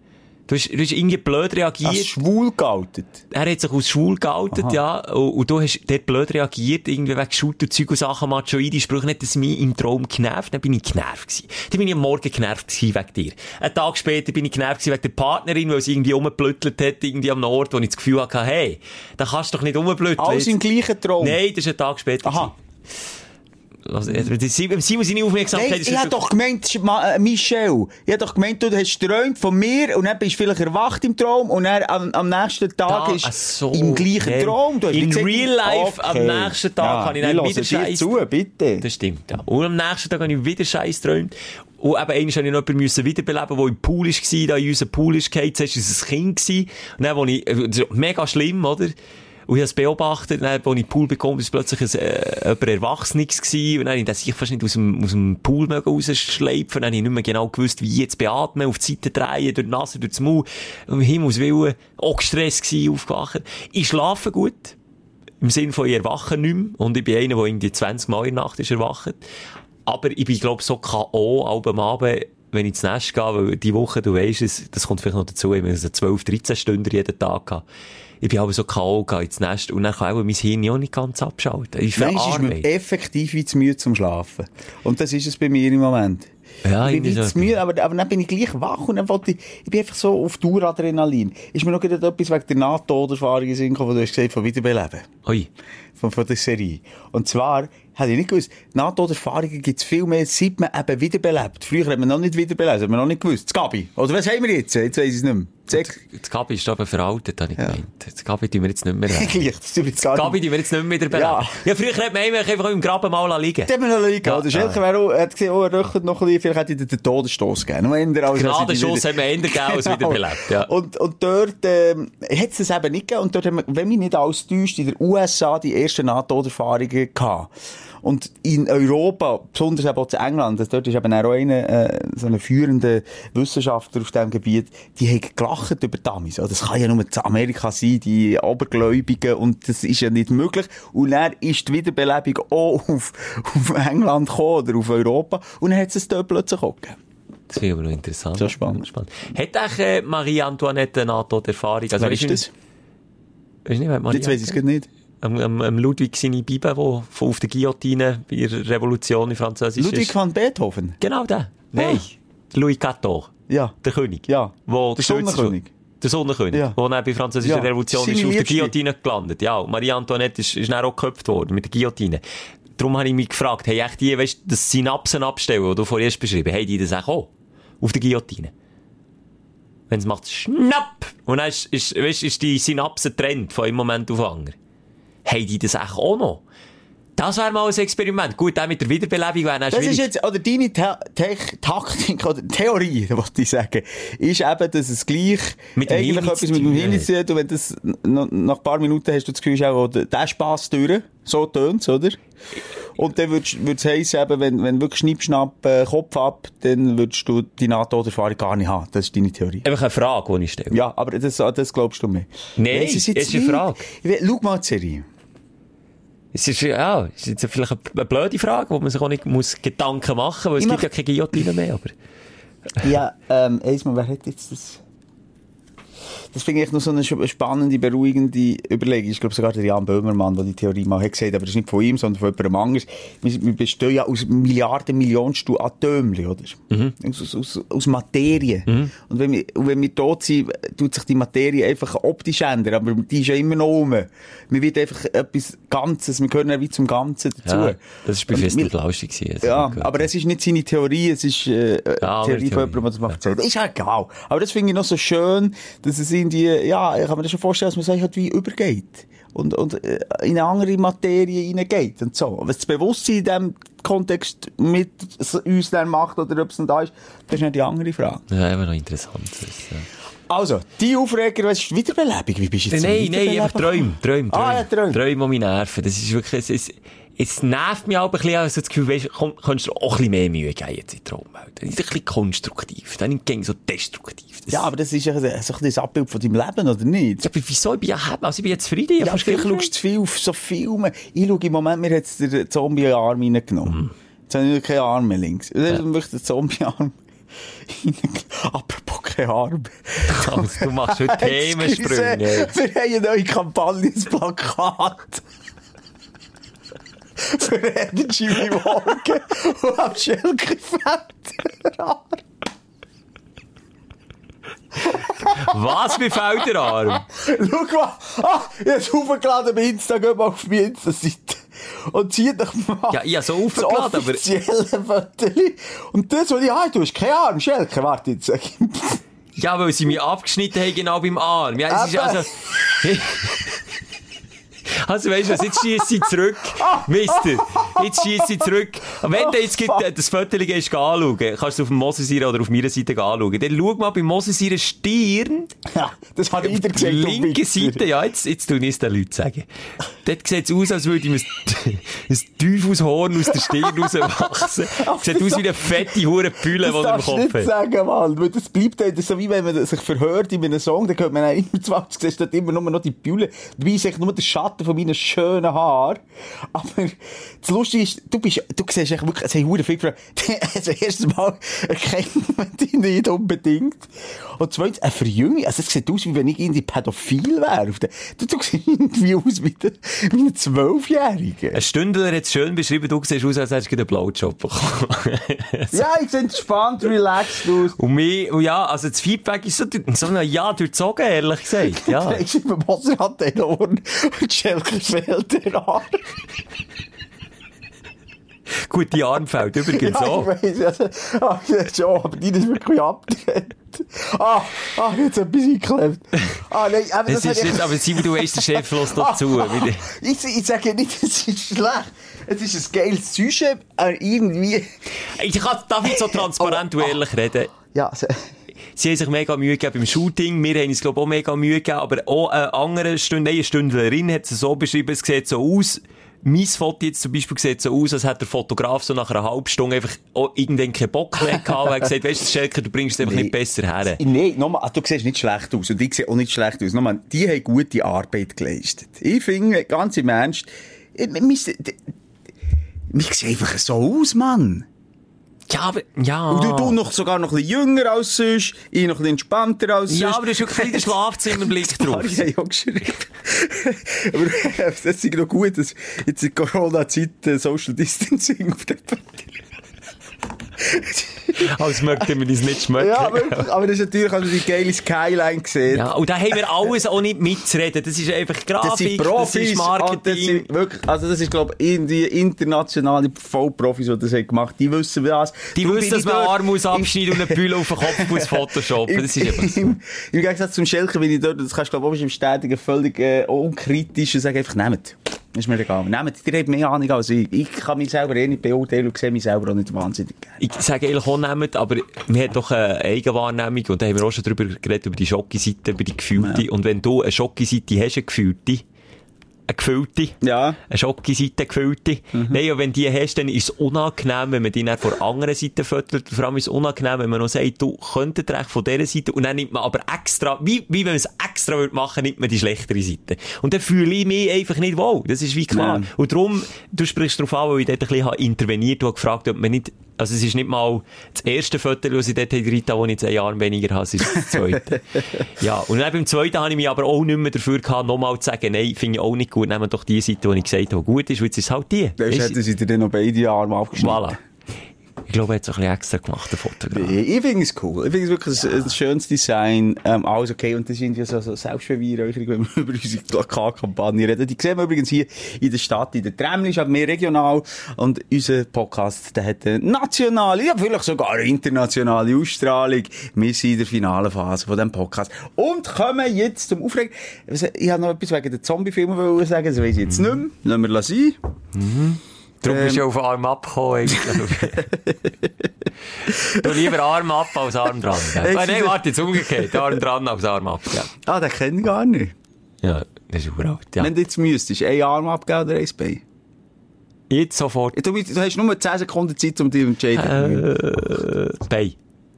Speaker 4: Du hast, du hast irgendwie blöd reagiert.
Speaker 3: Hast schwul geoutet?
Speaker 4: er hat sich aus schwul geoutet, ja, und, und du hast dort blöd reagiert, irgendwie wegen Shooter, Zeug und Sachen, machoide Sprüche, nicht, dass mich im Traum genervt, dann bin ich genervt gewesen. Dann bin ich am Morgen genervt gewesen wegen dir. Einen Tag später bin ich genervt gewesen wegen der Partnerin, weil sie irgendwie rumgeblüttelt hat, irgendwie am Ort, wo ich das Gefühl hatte, hey, da kannst du doch nicht rumblütteln.
Speaker 3: Alles im gleichen Traum?
Speaker 4: Nein, das ist ein Tag später.
Speaker 3: Aha.
Speaker 4: gewesen. Also, äh, Simon, Simon, seine Aufmerksamkeit
Speaker 3: Nein,
Speaker 4: ist
Speaker 3: ich
Speaker 4: schon-
Speaker 3: hab doch gemeint, Sch- Ma- äh, Michel, ich hab doch gemeint, du hast geträumt von mir und dann bist du vielleicht erwacht im Traum und dann am, am nächsten Tag
Speaker 4: Da- Ach
Speaker 3: ist
Speaker 4: so,
Speaker 3: im gleichen
Speaker 4: ja.
Speaker 3: Traum. Du hast
Speaker 4: ah, In
Speaker 3: nicht
Speaker 4: real life am nächsten Tag
Speaker 3: Ja,
Speaker 4: kann ich dann
Speaker 3: höre
Speaker 4: wieder
Speaker 3: dir
Speaker 4: Scheiss-
Speaker 3: zu, bitte.
Speaker 4: Das stimmt, ja. Und am nächsten Tag habe ich wieder Scheiß geträumt. Und eben, einmal musste ich noch jemanden müssen wiederbeleben, der im Pool war, da in unserem Pool war. Zuerst war es ein Kind. gewesen. Und dann, wo ich, äh, das ist mega schlimm, oder? Und ich habe es beobachtet, dann, als ich in den Pool bekomme, ist plötzlich ein, äh, jemand Erwachsenes gewesen. Und dann habe ich den sich fast nicht aus dem, aus dem Pool mögen rausschleifen. Dann habe ich nicht mehr genau gewusst, wie ich jetzt beatmen, auf die Seite drehen, durch die Nase, durch den Mund. Um Himmels Willen, auch gestresst gewesen, aufgewacht. Ich schlafe gut im Sinn von, ich erwache nicht mehr. Und ich bin einer, der irgendwie 20 Mal in der Nacht ist erwacht. Aber ich bin, glaube so K.O. ab am Abend, wenn ich ins Nest gehe, weil die Woche, du weisst es, das kommt vielleicht noch dazu, ich habe so 12, 13 Stunden jeden Tag gehabt. Ich bin aber so K.O. gegangen ins Nest und dann kann auch mein Hirn auch nicht ganz abschalten. Ich
Speaker 3: Nein, es ist mir eh
Speaker 4: verarbeite.
Speaker 3: effektiv wie zu müde zum Schlafen. Und das ist es bei mir im Moment.
Speaker 4: Ja,
Speaker 3: ich bin
Speaker 4: irgendwie
Speaker 3: wie
Speaker 4: so.
Speaker 3: zu müde, aber, aber dann bin ich gleich wach und dann wollte ich, ich bin einfach so auf Daueradrenalin. Ist mir noch gerade etwas wegen der Nahtoderfahrung in den Sinn gekommen, wo du hast gesagt, von Wiederbeleben.
Speaker 4: Ui.
Speaker 3: von, von der Serie. Und zwar, hätte ich nicht gewusst, Nahtoderfahrungen gibt es viel mehr, seit man eben wiederbelebt. Früher hat man noch nicht wiederbelebt, hat man noch nicht gewusst. Das Gabi. Oder Oh, was haben wir jetzt? Jetzt weiss ich es nicht mehr. Sechs.
Speaker 4: Das Gabi ist aber veraltet, habe ich gemeint. Das Gabi tun wir jetzt nicht mehr rein.
Speaker 3: Gleich, das tut jetzt gar
Speaker 4: Gabi
Speaker 3: nicht.
Speaker 4: tun wir jetzt nicht mehr wieder
Speaker 3: Ja.
Speaker 4: ja. ja, früher hat man einfach einfach im Graben mal liegen lassen.
Speaker 3: Das haben wir noch nicht gehabt. Der Schelker wäre auch- hat gesehen, oh, er röchelt noch ein bisschen, vielleicht hätte ich den Todesstoß gegeben. Noch eher als- als ich die
Speaker 4: Gnadenschuss
Speaker 3: wieder-
Speaker 4: haben wir eher gegeben als
Speaker 3: Genau.
Speaker 4: wiederbelebt, ja.
Speaker 3: Und, und dort ähm, hat es das eben nicht gegeben. Und dort haben wir, wenn mich nicht alles täuscht, in den USA die ersten NATO-Erfahrungen gehabt. Und in Europa, besonders eben auch in England, also dort ist eben auch einer, äh, so ein führender Wissenschaftler auf diesem Gebiet, die haben gelacht über Damis. Also das kann ja nur in Amerika sein, die Obergläubigen, und das ist ja nicht möglich. Und dann ist die Wiederbelebung auch auf, auf England gekommen, oder auf Europa, und dann hat es dort plötzlich auch gegeben.
Speaker 4: Das finde ich aber noch interessant.
Speaker 3: Sehr spannend.
Speaker 4: spannend. Hat auch äh, Marie-Antoinette eine Nahtoderfahrung? Also,
Speaker 3: Wer ist das?
Speaker 4: Weißt du nicht, wer Marie
Speaker 3: Jetzt weiss ich es nicht.
Speaker 4: am, am, am Ludwig seine Bibel, die von- auf der Guillotine bei der Revolution in Französisch
Speaker 3: Ludwig
Speaker 4: ist.
Speaker 3: van Beethoven?
Speaker 4: Genau der. Nein. Louis XIV.
Speaker 3: Ja.
Speaker 4: Der König.
Speaker 3: Ja.
Speaker 4: Wo
Speaker 3: Der
Speaker 4: gestürzt ist-
Speaker 3: Sonnenkönig.
Speaker 4: Der Sonnenkönig.
Speaker 3: Ja.
Speaker 4: Ja. Wo dann bei der französischen
Speaker 3: Ja.
Speaker 4: Revolution
Speaker 3: Seine
Speaker 4: ist auf der
Speaker 3: Liebste.
Speaker 4: Guillotine gelandet. Ja. Und Marie Antoinette ist, ist dann auch geköpft worden mit der Guillotine. Darum habe ich mich gefragt, hey, echt die, weißt du, das Synapsen abstellen, die du vorher erst beschrieben hast, haben die das auch? auch? Auf der Guillotine. Wenn es macht, schnapp! Und dann ist, ist, weißt, ist die Synapse getrennt von einem Moment auf den anderen. Haben die oh, das auch auch noch? Das wäre mal ein Experiment. Gut, auch mit der Wiederbelebung wäre dann
Speaker 3: Das
Speaker 4: schwierig.
Speaker 3: ist jetzt, oder deine Ta Tech- Taktik, oder Theorie, wollte ich sagen, ist eben, dass es gleich
Speaker 4: Mit dem
Speaker 3: eigentlich
Speaker 4: Hirn
Speaker 3: etwas
Speaker 4: zu
Speaker 3: mit dem
Speaker 4: tun
Speaker 3: Hirn
Speaker 4: hat.
Speaker 3: zu tun hat. Und wenn das n- nach ein paar Minuten hast du das Gefühl, ist auch der- der Spass durch. So tönt es, oder? Und dann würde es heissen, eben, wenn, wenn wirklich Schnippschnapp äh, Kopf ab, dann würdest du die NATO-Erfahrung gar nicht haben. Das ist deine Theorie.
Speaker 4: Einfach eine Frage, die ich stelle.
Speaker 3: Ja, aber das, an das glaubst du mir.
Speaker 4: Nein, ist eine Frage.
Speaker 3: Schau mal die Serie.
Speaker 4: Es ist, ja, es ist jetzt vielleicht eine, eine blöde Frage, wo man sich auch nicht muss Gedanken machen muss, weil es
Speaker 3: Ich
Speaker 4: gibt ja keine Guillotine mehr, aber.
Speaker 3: Ja, ähm, Eismann, wer hat jetzt das? Das finde ich noch so eine sp- spannende, beruhigende Überlegung. Ich glaube sogar der Jan Böhmermann, der die Theorie mal hat gesagt, aber das ist nicht von ihm, sondern von jemandem anderes. Wir, wir bestehen ja aus Milliarden, Millionensten Atömchen, oder?
Speaker 4: Mhm.
Speaker 3: Aus, aus- aus, aus Materie. Und wenn wir, und wenn wir tot sind, tut sich die Materie einfach optisch ändern, aber die ist ja immer noch rum. Wir wird einfach etwas Ganzes, wir gehören ja wie zum Ganzen dazu.
Speaker 4: Ja, das war bei
Speaker 3: Und
Speaker 4: Fest und
Speaker 3: wir-
Speaker 4: Flauschig. gewesen, das
Speaker 3: ja,
Speaker 4: hab ich gehört.
Speaker 3: aber es ist nicht seine Theorie, es ist äh,
Speaker 4: Ah,
Speaker 3: die
Speaker 4: aber
Speaker 3: Theorie von
Speaker 4: Theorie.
Speaker 3: jemandem, der das macht. selber. Ist ja egal. Aber das finde ich noch so schön, dass es irgendwie, ja, ich kann mir das schon vorstellen, dass man sich halt wie übergeht. Und, und äh, in eine andere Materie hineingeht und so. Was das Bewusstsein in diesem Kontext mit s- uns dann macht oder ob es dann da ist, das ist nicht die andere Frage.
Speaker 4: Das ist immer noch interessant. Das ist, ja.
Speaker 3: Also, die Aufreger, was ist die Wiederbelebung? Wie bist du
Speaker 4: Nein,
Speaker 3: jetzt zur
Speaker 4: nein,
Speaker 3: Wiederbelebung
Speaker 4: einfach Träume, Träume, Träume.
Speaker 3: Ah, ja, Träume.
Speaker 4: Träume, die mich nerven. Das ist wirklich, es, es, es nervt mich auch ein bisschen, also das Gefühl, weisst, komm, kannst du auch ein bisschen mehr Mühe geben jetzt in die Traumwelt. Dann ist es ein bisschen konstruktiv, dann nicht so destruktiv. Das-
Speaker 3: Ja, aber das ist ja so ein bisschen das Abbild von deinem Leben, oder nicht?
Speaker 4: Ja, aber wieso? Ich bin ja happy, also ich bin jetzt zufrieden. ich hab
Speaker 3: Ja,
Speaker 4: fast
Speaker 3: vielleicht
Speaker 4: genug
Speaker 3: schaust du zu viel auf so Filme. Ich schaue im Moment, mir hat der Zombie-Arm reingenommen. Jetzt habe ich nur keinen Arm mehr links. Das ist wirklich der Zombie-Arm. Apropos keine Arme.
Speaker 4: Thomas, du machst heute
Speaker 3: Excuse,
Speaker 4: Themensprünge.
Speaker 3: Wir haben eine neue Kampagne ins Plakat. Für Energy wie morgen. Und am Schelke fällt der Arm.
Speaker 4: Was, mir fehlt der Arm?
Speaker 3: Schau mal. Ah, ich habe es hochgeladen bei Insta. Geht mal auf meine Insta-Seite. Und zieht doch mal.
Speaker 4: Ja, ich habe so hochgeladen, aber-
Speaker 3: das offizielle Foto. Und das, was ich habe, du hast keinen Arm, Schelke. Warte jetzt.
Speaker 4: Ja, weil sie mich abgeschnitten haben, genau beim Arm. Ja, es ist
Speaker 3: Eben.
Speaker 4: also... Also, weißt du was, jetzt schießt sie zurück. Mister, jetzt schießt sie zurück. Und wenn du jetzt gibt, äh, das Foto gehst, anschauen, kannst du auf dem Moseseire oder auf meiner Seite anschauen. Dann schau mal bei Moseseire Stirn,
Speaker 3: Ja, das hat
Speaker 4: die
Speaker 3: jeder gesehen. du
Speaker 4: linke
Speaker 3: Wichser.
Speaker 4: Seite, ja, jetzt, jetzt tun ich es den Leuten sagen. Dort sieht es aus, als würde ihm ein, ein Teufelshorn aus der Stirn rauswachsen. Sieht aus wie eine fette Hurenpülle, die
Speaker 3: Das
Speaker 4: er im
Speaker 3: darfst du
Speaker 4: Kopf
Speaker 3: nicht
Speaker 4: hat.
Speaker 3: sagen, Mann. Weil das bleibt dann, das ist so wie wenn man sich verhört in einem Song, dann hört man dann immer 20, siehst du dort immer nur noch die Bühle. Dabei ist eigentlich nur der Schatten von meinen schönen Haaren. Aber das Lustige ist, du bist, du siehst echt wirklich, es haben verdammt viele Fragen. Also, erstes Mal erkennt man die nicht unbedingt. Und zweitens, eine Verjüngung, also es sieht aus, wie wenn ich irgendwie pädophil wäre. auf der- Du, du siehst irgendwie aus wie, der, wie ein Zwölfjähriger.
Speaker 4: Ein Stündler hat es schön beschrieben, du siehst aus, als hättest du gerade einen Blowjob bekommen.
Speaker 3: Ja, ich sehe entspannt, relaxed aus.
Speaker 4: und mir, und ja, also das Feedback ist so, durch- so ein Ja durchzogen, ehrlich gesagt, ja.
Speaker 3: Ich bin beim Moser hat den Ohren und Schelker fehlt der Arm.
Speaker 4: Gut, die Arm fällt übrigens
Speaker 3: Ja,
Speaker 4: auch.
Speaker 3: ich weiss, also, ah, ja, schon, aber die ist wirklich abgedreht. Ah, ah, jetzt ein bisschen geklebt. Ah, nein, aber
Speaker 4: Es ist
Speaker 3: das hat Ah.
Speaker 4: nicht, aber Simon, du weißt, der Chef lässt noch zu. Wieder.
Speaker 3: ich, ich sage nicht, es ist schlecht. Es ist ein geiles Sujet, aber irgendwie...
Speaker 4: Ich kann, darf ich so transparent und ehrlich reden?
Speaker 3: Ja, so,
Speaker 4: Sie haben sich mega Mühe gegeben beim Shooting. Wir haben uns, glaube ich, auch mega Mühe gegeben. Aber auch eine andere Stunde, eine Stündlerin hat es so beschrieben, es sieht so aus, mein Foto jetzt zum Beispiel sieht so aus, als hätte der Fotograf so nach einer halben Stunde einfach auch irgendwann keinen Bock mehr gehabt. weil Er hat gesagt, weißt du, Schelker, du bringst es einfach
Speaker 3: Nee.
Speaker 4: nicht besser her.
Speaker 3: Nein, nochmal, ah, du siehst nicht schlecht aus und ich sehe auch nicht schlecht aus. Nochmal, die haben gute Arbeit geleistet. Ich finde, ganz im Ernst, ich- wir müssen- d- wir sehen einfach so aus, Mann.
Speaker 4: Ja, aber, ja.
Speaker 3: Und du, du noch sogar noch ein bisschen jünger als sonst, ich noch ein bisschen entspannter als sonst.
Speaker 4: ja, aber du hast wirklich den Schlafzimmerblick drauf.
Speaker 3: Sorry, ich habe auch geschrieben. aber es ist noch gut, dass jetzt in Corona-Zeit
Speaker 4: eh,
Speaker 3: äh, Social Distancing auf der
Speaker 4: Als möchten wir uns nicht schmecken.
Speaker 3: Ja, wirklich. Aber das ist natürlich, als man die geile Skyline sieht.
Speaker 4: Ja, und da haben wir alles auch nicht mitzureden. Das ist einfach Grafik,
Speaker 3: Das sind Profis, Oh,
Speaker 4: das ist
Speaker 3: und das
Speaker 4: Marketing.
Speaker 3: sind wirklich, also das ist glaube ich irgendwie internationale Vollprofis, die das haben gemacht. Die wissen das.
Speaker 4: Die
Speaker 3: Darum
Speaker 4: wissen,
Speaker 3: bin
Speaker 4: dass
Speaker 3: ich
Speaker 4: man
Speaker 3: dort
Speaker 4: einen Arm muss
Speaker 3: im-
Speaker 4: abschneiden und einen Bülle auf den Kopf muss photoshoppen. Das ist einfach so.
Speaker 3: Im, Im Gegensatz zum Schelker bin ich dort, das kannst du glaube ich auch bestätigen, völlig äh, unkritisch und sage einfach, nehmt. Ist mir egal. Nehmt, ihr habt mehr Ahnung als ich. Ich kann mich selber eh nicht beurteilen und sehe mich selber auch nicht wahnsinnig gerne.
Speaker 4: Ich sage eigentlich auch nehmt, aber wir haben doch eine Eigenwahrnehmung und da haben wir auch schon drüber geredet, über die Schocke-Seite, über die gefühlte. Und wenn du eine Schocke-Seite hast, eine gefühlte, eine gefüllte,
Speaker 3: Ja.
Speaker 4: eine Schocke-Seite gefüllte, nein, und wenn die hast, dann ist es unangenehm, wenn man die dann von der anderen Seite fördert. Vor allem ist es unangenehm, wenn man noch sagt, du könntest recht von dieser Seite und dann nimmt man aber extra, wie, wie wenn man es extra würde machen, nimmt man die schlechtere Seite. Und dann fühle ich mich einfach nicht wohl. Das ist wie klar.
Speaker 3: Nein.
Speaker 4: Und darum, du sprichst darauf an, weil ich dort ein bisschen habe interveniert und habe gefragt, ob man nicht, also es ist nicht mal das erste Foto, das ich dort habe, Rita, wo ich jetzt ein Jahr weniger habe, es ist das zweite. ja, und dann beim zweiten habe ich mich aber auch nicht mehr dafür gehabt, nochmal zu sagen, nein, finde ich auch nicht gut, nehmen doch die Seite, die ich gesagt habe, die gut ist, weil jetzt ist es halt die.
Speaker 3: Dann
Speaker 4: Ist-
Speaker 3: hätten sie dir dann noch beide Arme abgeschnitten.
Speaker 4: voilà. Ich glaube, er hat es ein bisschen extra gemacht, der Fotograf.
Speaker 3: Ich ich finde es cool. Ich finde es wirklich ein, ein schönes Design. Ähm, alles okay. Und das sind ja so, so Selbstbeweihräucherung, wenn wir über unsere Plakatkampagne reden. Die sehen wir übrigens hier in der Stadt, in der Tremli, ist aber mehr regional. Und unser Podcast, der hat eine nationale, ja, vielleicht sogar eine internationale Ausstrahlung. Wir sind in der finalen Phase von diesem Podcast. Und kommen jetzt zum Aufregen. Was- Ich habe noch etwas wegen den Zombie-Filmen wollen sagen, das weiss ich jetzt nicht mehr. Lassen wir sein.
Speaker 4: Darum bist
Speaker 3: Ähm.
Speaker 4: du auf den Arm abgekommen, eigentlich. du lieber Arm ab als Arm dran. Äh, nein, warte, jetzt umgekehrt. Arm dran als Arm ab. Ja,
Speaker 3: Ah, den kenne ich gar nicht.
Speaker 4: ja das ist uralt. Ja.
Speaker 3: Wenn du jetzt müsstest, einen Arm abgeben oder ein Bein?
Speaker 4: Jetzt sofort
Speaker 3: Ja, Du, du hast nur 10 Sekunden Zeit, um dich zu entscheiden.
Speaker 4: Bein.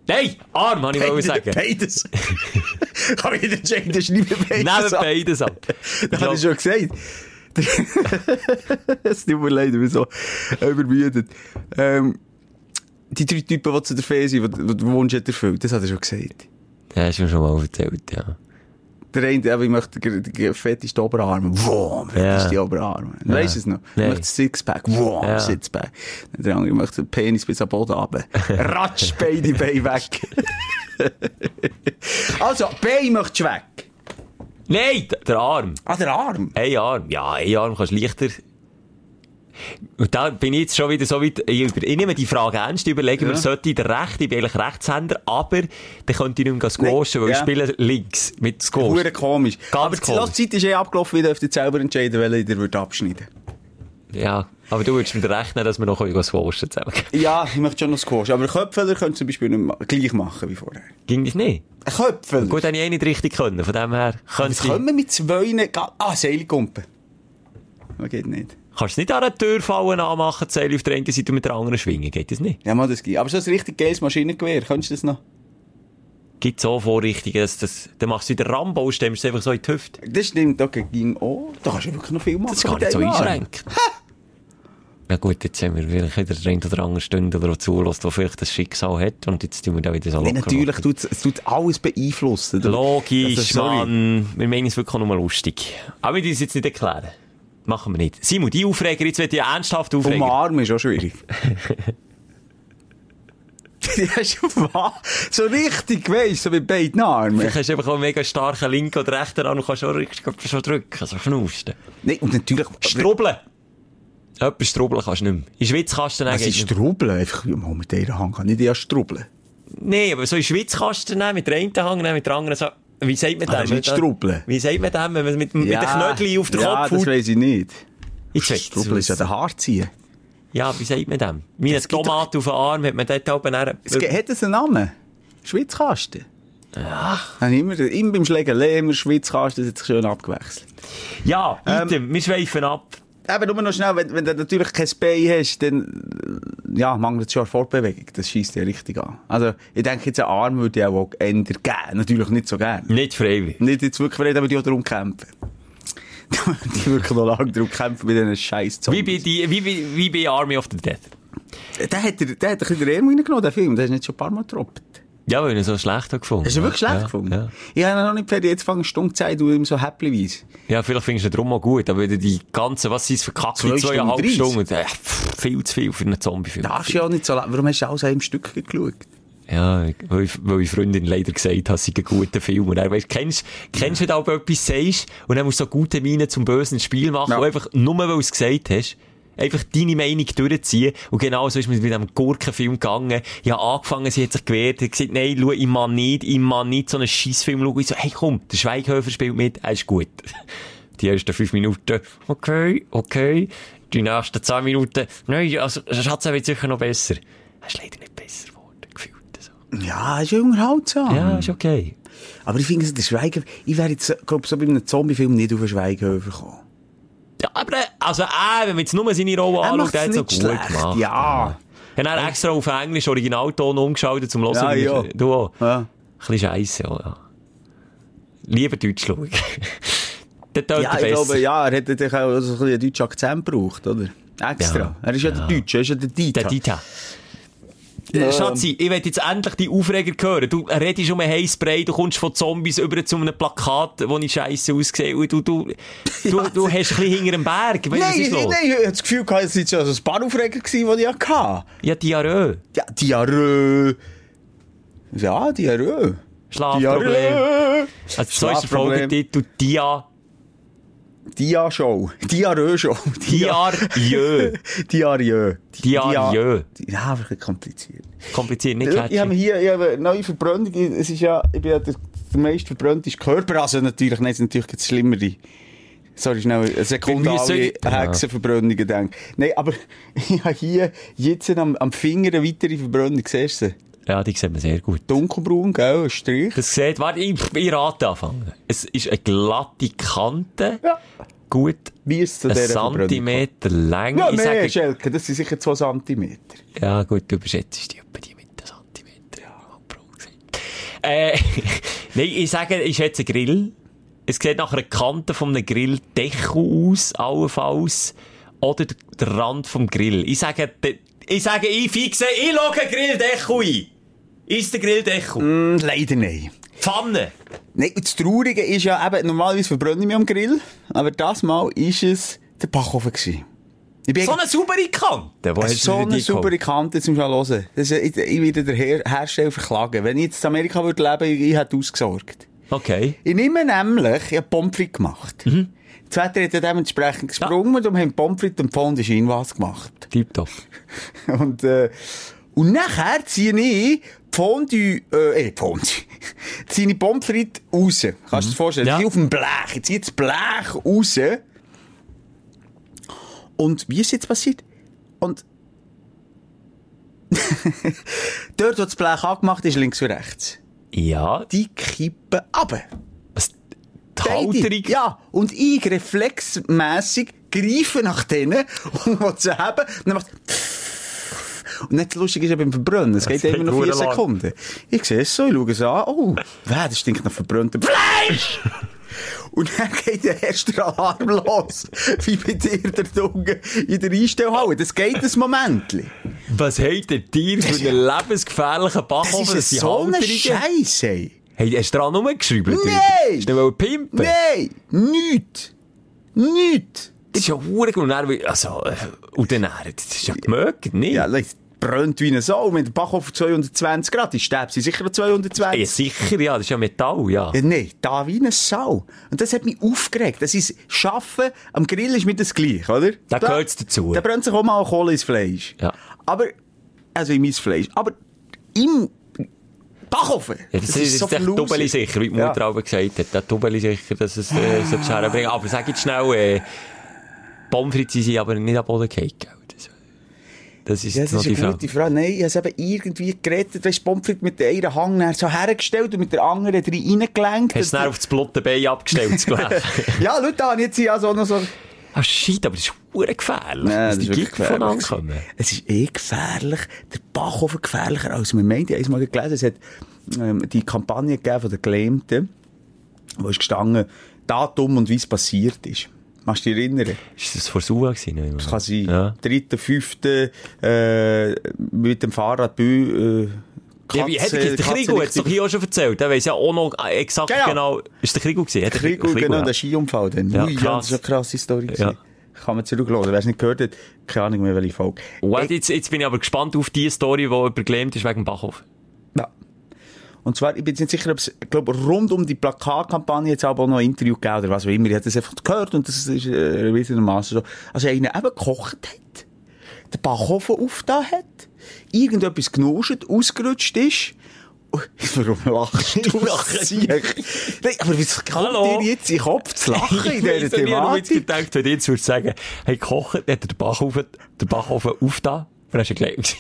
Speaker 4: Nein! Arm, habe ich wollen sagen.
Speaker 3: Beides. Kann ich nicht entscheiden, das ist nicht mehr
Speaker 4: Nehmen
Speaker 3: beides. ab.
Speaker 4: beides ab. Ich
Speaker 3: Das
Speaker 4: glaub,
Speaker 3: habe ich schon gesagt. es tut mir leid, ich bin so übermüdet. Ähm, die drei Typen, die zu der Fee sind, die die den Wunsch hat erfüllt, das hat er schon gesagt.
Speaker 4: Ja, hast du mir schon mal erzählt, ja.
Speaker 3: Der eine, eben, ich möchte den- den fettesten Oberarm. Wow, fettesten Oberarm. Du Weißt du es noch? Ich
Speaker 4: Nein.
Speaker 3: möchte nou. Sixpack. Wow,
Speaker 4: Ja.
Speaker 3: Sixpack. Der andere, ich möchte den Penis bis am Boden runter. Ratsch, beide Beine weg. also, Bein möchtest du weg.
Speaker 4: Nein, d- der Arm.
Speaker 3: Ah, der Arm.
Speaker 4: Ein Arm. Ja, ein Arm kannst du leichter. Und da bin ich jetzt schon wieder so weit, ich, über, ich nehme die Frage ernst, ich überlege mir,
Speaker 3: Ja.
Speaker 4: sollte ich der Rechte, ich bin eigentlich Rechtshänder, aber dann könnte ich nicht mehr squashen, weil
Speaker 3: Nein,
Speaker 4: ich
Speaker 3: ja.
Speaker 4: spiele links mit Squash.
Speaker 3: Hure komisch. Aber die
Speaker 4: komisch.
Speaker 3: Zeit ist eh abgelaufen, ihr dürft jetzt selber entscheiden, welchen ihr würdet abschneiden
Speaker 4: Ja, aber du würdest mit Recht nehmen, dass wir noch können squashen zusammen.
Speaker 3: Ja, ich möchte schon noch Squash. Aber Köpfeler könnt ihr zum Beispiel nicht ma- gleich machen wie vorher.
Speaker 4: Ging das nicht?
Speaker 3: Ein Köpfeler.
Speaker 4: Gut, habe ich eh nicht richtig können, von dem her.
Speaker 3: Das
Speaker 4: Könnte
Speaker 3: können
Speaker 4: ich,
Speaker 3: wir mit zwei... ga- Ah, Seilkumpen. Das geht nicht.
Speaker 4: kannst du nicht an der Tür fallen anmachen, die Seile auf der einen Seite und mit der anderen schwingen, geht das nicht?
Speaker 3: Ja, mal das geht. Aber so ein richtig geiles Maschinengewehr. Könntest du das noch?
Speaker 4: Gibt so Vorrichtungen, dass das, dann machst du wieder Rambo und stemmst es einfach so in die Hüfte.
Speaker 3: Das stimmt. Okay, ging oh, auch. Da kannst du wirklich noch viel machen.
Speaker 4: Das ist gar
Speaker 3: mit
Speaker 4: nicht so
Speaker 3: dem Arm.
Speaker 4: einschränkt. Na gut, jetzt haben wir vielleicht wieder den einen oder anderen Stunde oder der zulässt, der vielleicht das Schicksal hat und jetzt tun wir da wieder so
Speaker 3: Nee,
Speaker 4: locker.
Speaker 3: natürlich
Speaker 4: machen.
Speaker 3: tut es tut alles beeinflussen. Du- Also,
Speaker 4: Logisch,
Speaker 3: sorry.
Speaker 4: Mann. Wir meinen es wirklich nur lustig. Aber wir müssen es jetzt nicht erklären. Machen wir nicht. Simon, die Aufreger, jetzt wird die
Speaker 3: Oh,
Speaker 4: ernsthaft aufregen.
Speaker 3: Umarmen ist auch schwierig. ja, schon wahr. So richtig, weißt du, so mit beiden Armen.
Speaker 4: Du hast einfach auch einen mega starken linken oder rechten Arm und kannst schon, richtig- schon drücken, so schnusten.
Speaker 3: Nein, und natürlich...
Speaker 4: Strubbeln! Etwas strubbeln kannst du nicht mehr. In der Schweiz kannst du dann
Speaker 3: Es ist
Speaker 4: eigentlich nicht
Speaker 3: Strubbeln. Einfach ja, mal mit dieser Hand kann ich dir strubbeln.
Speaker 4: mehr. Nee, aber so in der Schweiz kannst du dann mit der einen Hand, dann mit der anderen so... Wie sagt man
Speaker 3: Ah, das
Speaker 4: das?
Speaker 3: ist nicht strubbeln.
Speaker 4: Wie sagt man das, wenn man mit, mit den Knödeln auf den
Speaker 3: ja,
Speaker 4: Kopf haut?
Speaker 3: das weiss ich nicht.
Speaker 4: Ich check's.
Speaker 3: Strubbeln ist ja der Haarziehen.
Speaker 4: Ja, wie sagt man dem? Wie eine
Speaker 3: gibt
Speaker 4: Tomate auf den Arm hat man dort oben her...
Speaker 3: Es ge- hat es einen Namen? Schwitzkasten? Ja. Immer, immer beim Schlägen immer Schwitzkasten, das hat sich schön abgewechselt.
Speaker 4: Ja,
Speaker 3: Ähm,
Speaker 4: item, wir schweifen ab.
Speaker 3: Eben nur noch schnell, wenn, wenn du natürlich kein Bein hast, dann äh, ja, mangelt es schon an Fortbewegung. Das schießt dir richtig an. Also, ich denke, jetzt einen Arm würde ich auch ändern geben. Natürlich nicht so gern.
Speaker 4: Nicht freiwillig.
Speaker 3: Nicht jetzt wirklich reden, aber die auch darum kämpfen. die wirklich noch lange darum kämpfen mit diesen scheiß
Speaker 4: Wie bei, die, wie, wie, wie bei Army of the Dead.
Speaker 3: Der hat, der, der hat ein bisschen den Ärmel reingenommen, der Film. Der ist nicht schon ein paar Mal getroppt.
Speaker 4: Ja, weil ich ihn so schlecht habe gefunden
Speaker 3: Hast du ihn wirklich schlecht
Speaker 4: ja,
Speaker 3: gefunden?
Speaker 4: Ja.
Speaker 3: Ich habe ihn noch nicht fertig. Jetzt fange ich Stunden Zeit und ihm so happy weiss.
Speaker 4: Ja, vielleicht findest du ihn drum auch gut, aber die ganzen, was sind es für Kacke,
Speaker 3: Zwei
Speaker 4: zweieinhalb
Speaker 3: Stunden
Speaker 4: Stunden, äh, pff, viel zu viel für einen Zombie-Film.
Speaker 3: Darfst du ja auch nicht so lange. Warum hast du alles an einem Stück geschaut?
Speaker 4: Ja, weil ich, weil ich Freundin leider gesagt hat, sie ein guter Film. Und er weiss, kennst, kennst du, wenn du aber etwas sagst und dann musst du so gute Miene zum bösen Spiel machen,
Speaker 3: Ja.
Speaker 4: und einfach, nur weil du es gesagt hast, einfach deine Meinung durchziehen. Und genau so ist mir mit diesem Gurkenfilm gegangen. Ich habe angefangen, sie hat sich gewehrt, hat gesagt, nein, schau, ich mag nicht, ich mag nicht so einen Schissfilm schauen. Ich so, hey komm, der Schweighöfer spielt mit, er ist gut. Die ersten fünf Minuten, okay, okay. Die nächsten zehn Minuten, nein, also, Schatz, er wird sicher noch besser. Er ist leider nicht besser geworden, gefühlt. So.
Speaker 3: Ja, ist ja unterhaltsam.
Speaker 4: Ja, ist okay.
Speaker 3: Aber ich finde, der Schweigen, ich wäre jetzt, glaube so bei einem Zombie-Film nicht auf den Schweighöfer gekommen.
Speaker 4: Ja, aber, äh, also, äh, wenn man jetzt nur seine Rolle
Speaker 3: Er
Speaker 4: anschaut,
Speaker 3: macht's
Speaker 4: der hat es auch
Speaker 3: nicht
Speaker 4: gut
Speaker 3: schlecht,
Speaker 4: gemacht.
Speaker 3: ja.
Speaker 4: Ich habe extra auf Englisch Originalton umgeschaltet, zum Hören.
Speaker 3: Ja, ja.
Speaker 4: Du auch.
Speaker 3: Ja.
Speaker 4: Ein bisschen scheisse, ja, ja. Lieber Deutsch schauen. Der tönt
Speaker 3: Ja,
Speaker 4: ja,
Speaker 3: ich
Speaker 4: besser.
Speaker 3: glaube, ja, er hat natürlich auch so ein bisschen einen deutschen Akzent gebraucht, oder? Extra.
Speaker 4: Ja.
Speaker 3: Er ist ja, der Deutsche, er ist ja der Dieter.
Speaker 4: Der Dieter.
Speaker 3: Ähm.
Speaker 4: Äh, Schatzi, ich will jetzt endlich die Aufreger hören. Du redest um einen Heißbrei, du kommst von Zombies über zu einem Plakat, wo ich scheisse aussehe. Und du, du, du, du hast ein bisschen hinter dem Berg. Weißt du, was
Speaker 3: Nein,
Speaker 4: ist
Speaker 3: ich, nein,
Speaker 4: los?
Speaker 3: ich hatte das Gefühl, gehabt, es war so ein Spannaufreger, den ich hatte.
Speaker 4: Ja, Diarrhoe.
Speaker 3: Ja, Diarrhoe. Ja, Diarrhoe.
Speaker 4: Schlafproblem. Also, so ist der
Speaker 3: Schlafproblem.
Speaker 4: Folgetitel Dia,
Speaker 3: Dia-Show. Diarrhoe-Show.
Speaker 4: Diarjö.
Speaker 3: Diarrhoe.
Speaker 4: Diarrhoe.
Speaker 3: Ja, aber ein bisschen kompliziert.
Speaker 4: Kompliziert, nicht
Speaker 3: Schau, Ich habe
Speaker 4: catchy.
Speaker 3: hier ich habe eine neue Verbrennung. Es ist ja, ich bin ja der, der meist verbrannte Körper. Also natürlich, nein, es sind natürlich jetzt schlimmere. Sorry, schnell, eine Sekunde
Speaker 4: Weil wir
Speaker 3: alle
Speaker 4: so-
Speaker 3: Hexenverbrennungen denken. Nein, aber ich habe hier jetzt am, am Finger eine weitere Verbrennung. Siehst du sie?
Speaker 4: Ja, die sieht man sehr gut.
Speaker 3: Dunkelbraun, gell, ein Strich.
Speaker 4: Das sieht, warte, ich, ich rate anfangen. Es ist eine glatte Kante.
Speaker 3: Ja.
Speaker 4: Gut.
Speaker 3: Wie ist es zu
Speaker 4: Ein
Speaker 3: dieser Verbrennung?
Speaker 4: Zentimeter lang.
Speaker 3: Ja,
Speaker 4: ich sage,
Speaker 3: mehr, Schelke, das sind sicher 2 Zentimeter.
Speaker 4: ja, gut, du überschätzt die etwa die mit den Zentimeter. Ja. Äh, nein, ich sage, ich schätze Grill. Es sieht nach einer Kante von einem Grilldeckel aus, allenfalls. Oder der, der Rand vom Grill. Ich sage, der, Ich sage, ich fixe, ich schaue einen Grilldeckel ein. Ist der Grilldeckel?
Speaker 3: Mm, leider nein.
Speaker 4: Pfanne.
Speaker 3: Nein, und das Traurige ist ja eben, normalerweise verbrenne ich mich am Grill, aber das Mal ist es der Backofen gewesen. Ich bin
Speaker 4: So eine saubere Kante. Wo hast du
Speaker 3: Es ist so
Speaker 4: die
Speaker 3: eine
Speaker 4: gekauft?
Speaker 3: super Kante, jetzt musst du mal hören. Das ist, ich, ich würde den Her Hersteller verklagen. Wenn ich jetzt in Amerika würde leben, ich, ich hätte ausgesorgt.
Speaker 4: Okay.
Speaker 3: Ich nehme nämlich, ich habe Pommes frites gemacht.
Speaker 4: Mhm.
Speaker 3: Das Wetter hat ja dementsprechend gesprungen und wir haben Pommes frites und Fondue Chinoise gemacht.
Speaker 4: Tipptopp.
Speaker 3: Und, äh, und nachher ziehe ich die Fondue, äh, eh, Fondue. ziehe ich Pommes frites raus. Kannst du dir das vorstellen?
Speaker 4: Ja.
Speaker 3: Ja. auf dem Blech. Ich ziehe das Blech raus. Und wie ist jetzt passiert? Und dort, wo das Blech angemacht ist, links und rechts,
Speaker 4: Ja, die
Speaker 3: die kippen runter.
Speaker 4: was- die
Speaker 3: Beide.
Speaker 4: Halterung.
Speaker 3: Ja, und ich reflexmässig greife nach denen und will sie haben. Und dann macht und nicht lustig ist ja beim Verbrennen. Es geht
Speaker 4: geht
Speaker 3: immer noch vier
Speaker 4: verdammt lang.
Speaker 3: Sekunden. Ich sehe es so, ich schaue es an. Oh, weh, das stinkt nach verbranntem Fleisch! Und dann geht der erste Alarm los. Wie bei dir der Dunge in der Einstellhalle. Das geht ein Momentchen.
Speaker 4: Was hat der Tier für einen lebensgefährlichen
Speaker 3: Das
Speaker 4: Backofen?
Speaker 3: ist
Speaker 4: die
Speaker 3: so eine
Speaker 4: Halterungen-
Speaker 3: Scheiße, ey.
Speaker 4: Hey, hast du dran rumgeschrieben?
Speaker 3: Nein!
Speaker 4: Hast du wollen pimpen?
Speaker 3: Nein, nichts. Nichts.
Speaker 4: Das ist ja verdammt und dann, also, äh, und dann, äh, das ist ja gemögt, nicht?
Speaker 3: Ja, also es brennt wie eine Sau. Mit dem Backofen 220 Grad, ich sterbe sie sicher an 220.
Speaker 4: ja, sicher, ja, das ist ja Metall, ja.
Speaker 3: Ja, nee, da wie eine Sau. Und das hat mich aufgeregt. Das ist Schaffen am Grill ist mir das gleich, oder?
Speaker 4: Da gehört's dazu.
Speaker 3: Da brennt sich auch mal Kohle ins Fleisch.
Speaker 4: Ja.
Speaker 3: Aber, also in mein Fleisch. Aber im Backofen.
Speaker 4: Ja, das, ist, echt
Speaker 3: flusig.
Speaker 4: doppelt sicher, wie die Mutter auch gesagt hat. Das doppelt sicher, dass es äh, so bringen Aber sag jetzt schnell, äh, Pommes frites sind aber nicht am Boden gefallen, gell? Das, das ist
Speaker 3: Ja, das
Speaker 4: noch
Speaker 3: ist
Speaker 4: die
Speaker 3: eine
Speaker 4: Frage.
Speaker 3: gute Frage. Nein, ich habe es eben irgendwie gerettet. Weißt du, Pommes frites mit der einen Hang nachher so hergestellt und mit der anderen drin
Speaker 4: Hast
Speaker 3: reingelenkt.
Speaker 4: du es dann auf das blotte Bein abgestellt, das Blech?
Speaker 3: Ja, Leute, da habe ich jetzt also auch noch so...
Speaker 4: Ah, shit, aber das ist verdammt gefährlich.
Speaker 3: Nein,
Speaker 4: dass
Speaker 3: das
Speaker 4: die
Speaker 3: ist wirklich
Speaker 4: Gegner von
Speaker 3: gefährlich.
Speaker 4: ankommen.
Speaker 3: Es ist eh gefährlich. Der Backofen gefährlicher als man meint. Ich habe einmal gelesen, es hat ähm, die Kampagne gegeben von der Gelähmten, wo ist gestanden, Datum und wie es passiert ist. Machst du dich erinnern?
Speaker 4: Ist das vor Sua gewesen?
Speaker 3: Das kann sein.
Speaker 4: Ja.
Speaker 3: Dritter, fünfter, äh, mit dem Fahrrad bei, äh,
Speaker 4: Ja, wie, hat der
Speaker 3: Katze-
Speaker 4: Krigo hat's doch hier auch schon erzählt. Er weiss ja auch noch äh, exakt
Speaker 3: Genau.
Speaker 4: genau. Ist der Krigo gewesen? Hat der
Speaker 3: Krieg und
Speaker 4: Krigo,
Speaker 3: genau,
Speaker 4: ja.
Speaker 3: der Skiunfall dann.
Speaker 4: Ja,
Speaker 3: Ui, ja,
Speaker 4: krass.
Speaker 3: das ist eine krasse Story.
Speaker 4: Ja.
Speaker 3: Ja. Kann man zurücklassen. Wer es nicht gehört hat, keine Ahnung mehr, welche Folge.
Speaker 4: What, jetzt, jetzt bin ich aber gespannt auf die Story, die übergelähmt ist wegen dem Bachhof.
Speaker 3: Ja. Und zwar, ich bin jetzt nicht sicher, ob es, ich glaube, rund um die Plakatkampagne jetzt aber auch noch ein Interview gegeben oder was auch immer. Ich habe das einfach gehört und das ist äh, gewissermaßen so. Also, einer eben gekocht hat, den Backofen aufgetan hat, irgendetwas genuscht, ausgerutscht ist. Ui, Warum lachst du?
Speaker 4: Du lachst.
Speaker 3: Siech. Nein, aber was kommt
Speaker 4: Hallo?
Speaker 3: dir jetzt in den Kopf zu lachen in dieser
Speaker 4: weiss noch nie, warum ich jetzt
Speaker 3: Thematik?
Speaker 4: gedacht, wenn ich jetzt würde sagen, hey, gekocht, hat er den Bachhofen, den Bachhofen aufgetan? Dann hast du gelähmt.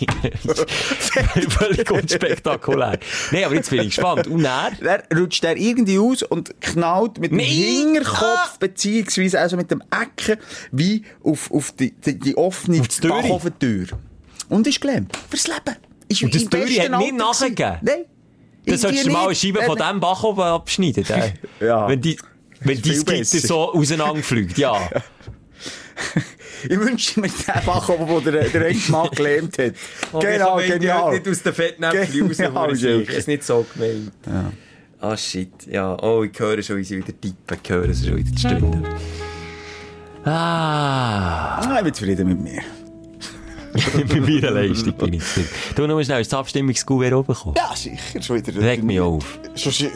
Speaker 4: Völlig unspektakulär. Nein, aber jetzt bin ich gespannt. Und er?
Speaker 3: Dann rutscht er irgendwie aus und knallt mit dem
Speaker 4: Nein!
Speaker 3: Hinterkopf,
Speaker 4: Ah!
Speaker 3: beziehungsweise also mit dem Ecken, wie auf, auf die, die, die offene
Speaker 4: Auf die Türe.
Speaker 3: Bachofentür. Und ist gelähmt. Fürs Leben. Ist
Speaker 4: Und das
Speaker 3: im
Speaker 4: Türe
Speaker 3: besten
Speaker 4: hat nicht
Speaker 3: Alter gewesen.
Speaker 4: nachgegeben?
Speaker 3: Nein.
Speaker 4: Dann solltest du mal eine
Speaker 3: nicht.
Speaker 4: Scheibe
Speaker 3: Nein,
Speaker 4: von
Speaker 3: nein.
Speaker 4: dem Bach oben abschneiden. Äh.
Speaker 3: Ja.
Speaker 4: Wenn die, wenn
Speaker 3: Ist
Speaker 4: die
Speaker 3: viel
Speaker 4: Skizze
Speaker 3: besser.
Speaker 4: so auseinanderfliegt, ja.
Speaker 3: Ich wünsche mir den Bachofen, wo der, der echt mal gelähmt hat.
Speaker 4: Oh,
Speaker 3: genau, genial.
Speaker 4: aus den
Speaker 3: Fettnäpfchen raus, Genau, wo ich sehe. Jürgen. Ist
Speaker 4: nicht so gemeint. Ah, shit. Ja, oh, ich höre schon, wie sie wieder tippen. Ich höre sie schon wieder die Stunden. Ah,
Speaker 3: Ah, ich bin zufrieden mit mir.
Speaker 4: bei meiner Leistung bin ich zufrieden. Du, nur schnell, ist das Abstimmungsgouverne oben gekommen?
Speaker 3: Ja, sicher. Schon wieder.
Speaker 4: Reg mich auf.
Speaker 3: Schon, schon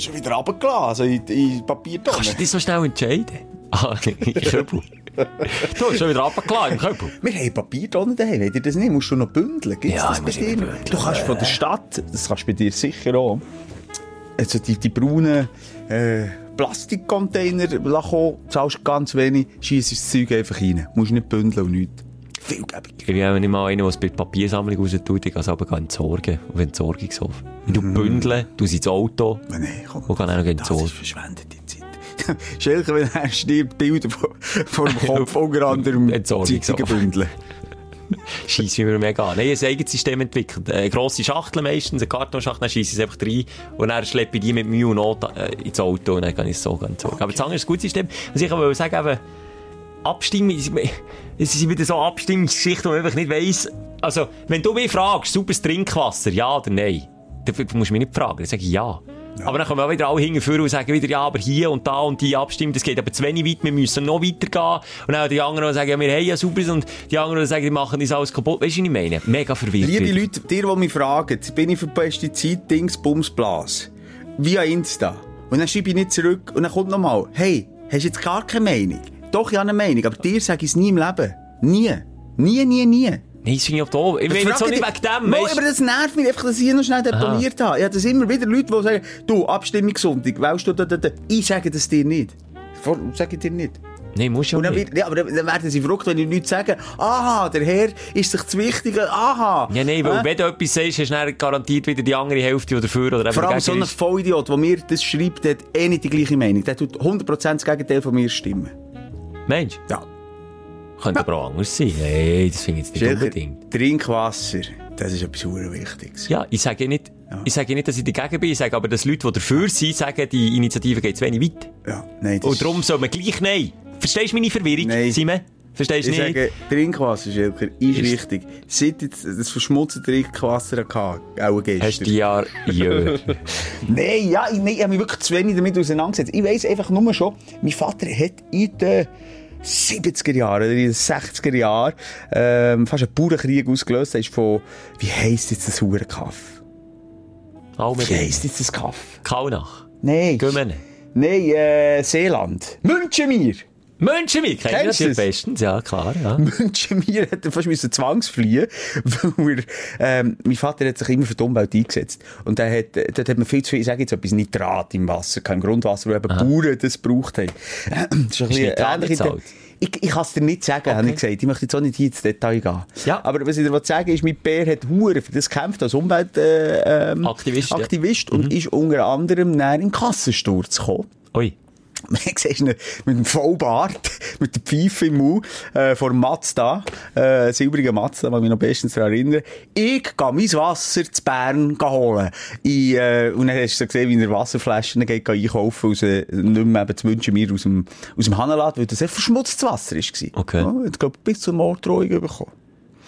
Speaker 3: schon wieder runtergelassen, also in, in
Speaker 4: Kannst du
Speaker 3: Papiertonne.
Speaker 4: dich so schnell entscheiden? nou Ah, Köppel. Du hast schon wieder runtergelassen im Köppel.
Speaker 3: Wir haben Papiertonnen daheim, habt ihr das nicht? Musst du noch bündeln? Gibt's
Speaker 4: Ja, ich
Speaker 3: das bei
Speaker 4: muss
Speaker 3: dir?
Speaker 4: immer bündeln.
Speaker 3: Du kannst von der Stadt, das kannst du bei dir sicher auch, also die, die braunen äh, Plastikcontainer lassen, kommen, zahlst ganz wenig, schießt das Zeug einfach rein. Musst nicht bündeln und nichts. Viel gäbiger.
Speaker 4: Ich bin nicht mal einer, der es bei der Papiersammlung raus tut. Ich kann es aber entsorgen. Auf den Entsorgungshof. Wenn du bündeln, du ins Auto.
Speaker 3: Aber Nein, komm.
Speaker 4: Wo kann er noch gehen?
Speaker 3: Das
Speaker 4: Zoo?
Speaker 3: ist verschwendete Zeit. Schelke, wenn er stirbt, Bilder von- vor dem Kopf unter anderem
Speaker 4: Entsorgung,
Speaker 3: Zeitungen
Speaker 4: so.
Speaker 3: bündeln.
Speaker 4: Scheiss, wie wir mega an. Nein, ein eigenes System entwickelt. Eine grosse Eh, Schachtel meistens, eine Kartonschachtel, dann scheisse ich es einfach rein und dann schleppe ich die mit Mühe und eh, Not äh, ins Auto und dann kann ich es so ganz zurück. Aber das andere ist ein gutes System. Was ich aber will sagen eben, Abstimmung, es ist wieder so eine Abstimmungsgeschichte, wo man einfach nicht weiss. Also, wenn du mich fragst, sauberes Trinkwasser, ja oder nein, dann musst du mich nicht fragen, dann sage ich ja. Aber dann kommen auch wieder alle hingeführen und sagen wieder, ja, aber hier und da und die abstimmen, das geht aber zu wenig weit, wir müssen noch weitergehen. Und dann die anderen die sagen, ja, wir haben ja sauberes und die anderen die sagen, die machen uns alles kaputt. Weißt du, was ich meine? Mega verwirrt.
Speaker 3: Liebe Leute, dir, die mich fragen, bin ich für Pestizid, Dings, Bums, Blas. Via Insta. Und dann schreibe ich nicht zurück und dann kommt nochmal, hey, hast du jetzt gar keine Meinung? Doch, ich habe eine Meinung, aber dir sage ich es nie im Leben. Nie. Nie, nie, nie.
Speaker 4: Nein, das finde ich auch doof. Ich meine jetzt auch nicht wegen dem,
Speaker 3: Mo,
Speaker 4: weisst du?
Speaker 3: aber das nervt mich einfach, dass ich hier noch schnell deponiert habe. Ich habe das immer wieder Leute, die sagen, du, Abstimmung Sonntag, wählst du da, da, da. Ich sage das dir nicht. Vor, sage ich dir nicht.
Speaker 4: Nein, musst du
Speaker 3: Und
Speaker 4: ja
Speaker 3: dann,
Speaker 4: nicht.
Speaker 3: wird, ja, aber dann werden sie verrückt, wenn die Leute sagen, aha, der Herr ist sich zu wichtig, aha.
Speaker 4: Ja, nein, weil
Speaker 3: Äh?
Speaker 4: wenn du etwas sagst, hast du dann garantiert wieder die andere Hälfte, die dafür oder eben
Speaker 3: Vor allem
Speaker 4: dagegen
Speaker 3: so ein
Speaker 4: ist.
Speaker 3: Vollidiot, der mir das schreibt, der hat eh nicht die gleiche Meinung. Der tut 100% das Gegenteil von mir stimmen.
Speaker 4: Mensch,
Speaker 3: Ja.
Speaker 4: könnte aber auch anders sein. Nein, das finde ich jetzt nicht
Speaker 3: Schilker,
Speaker 4: unbedingt.
Speaker 3: Trinkwasser, das ist etwas sehr Wichtiges.
Speaker 4: Ja, ich sage ja nicht,
Speaker 3: Ja.
Speaker 4: ich sage ja nicht, dass ich dagegen bin. Ich sage aber, dass Leute, die dafür sind, sagen, die Initiative geht zu wenig weit.
Speaker 3: Ja, nein, das
Speaker 4: Und darum soll man gleich nein. Verstehst du meine Verwirrung,
Speaker 3: Nein.
Speaker 4: Simon? Verstehst du
Speaker 3: Ich
Speaker 4: nicht?
Speaker 3: sage, Trinkwasser, Schilker, ist,
Speaker 4: Ist-
Speaker 3: wichtig. Seit jetzt das verschmutzte Trinkwasser hatte, auch gestern.
Speaker 4: Hast du ja, ja.
Speaker 3: Nein, ja, ich, nein, ich habe mich wirklich zu wenig damit auseinandergesetzt. Ich weiss einfach nur schon, mein Vater hat in den 70er Jahren oder in den 60er Jahren ähm, fast einen Bauernkrieg ausgelöst. Er ist von, wie heisst jetzt das Hurenkaff? Wie
Speaker 4: Almedin.
Speaker 3: heisst jetzt das Kaff?
Speaker 4: Kaunach.
Speaker 3: Nein.
Speaker 4: Gümmen.
Speaker 3: Nein, äh, Seeland. Münchemir!
Speaker 4: Menschen mit, kennst du
Speaker 3: Kennst
Speaker 4: natürlich
Speaker 3: du's?
Speaker 4: bestens, ja, klar, ja.
Speaker 3: Münchemir hat er fast müssen zwangsfliehen, weil er, ähm, mein Vater hat sich immer für die Umwelt eingesetzt. Und er hat, äh, dort hat man viel zu viel, ich sage jetzt etwas, Nitrat im Wasser, kein Grundwasser, weil eben Bauern das gebraucht haben. Das ist ein bisschen
Speaker 4: Nitrat
Speaker 3: ähnlich.
Speaker 4: bezahlt?
Speaker 3: Ich, ich kann es dir nicht sagen, habe ich gesagt. Ich möchte jetzt auch nicht hier ins Detail gehen.
Speaker 4: Ja.
Speaker 3: Aber was ich dir sagen will, ist, mein Bär hat Huren für das gekämpft als Umwelt, äh, ähm,
Speaker 4: Aktivist, ja. Mhm.
Speaker 3: Aktivist und ist unter anderem dann in den Kassensturz gekommen.
Speaker 4: Ui.
Speaker 3: Man sieht ihn mit dem Vollbart, mit der Pfeife im Mund, äh, vor dem Mazda, äh, silbrigen Mazda, kann ich mich noch bestens daran erinnern. Ich gehe mein Wasser zu Bern holen. Ich, äh, und dann hast du gesehen, wie er Wasserflaschen geht einkaufen, aus, äh, nicht mehr eben zu wünschen mir aus dem, aus dem Hannenladen, weil das sehr verschmutztes Wasser war.
Speaker 4: Okay.
Speaker 3: Ja, ich glaube, bis zur Morddrohung bekommen.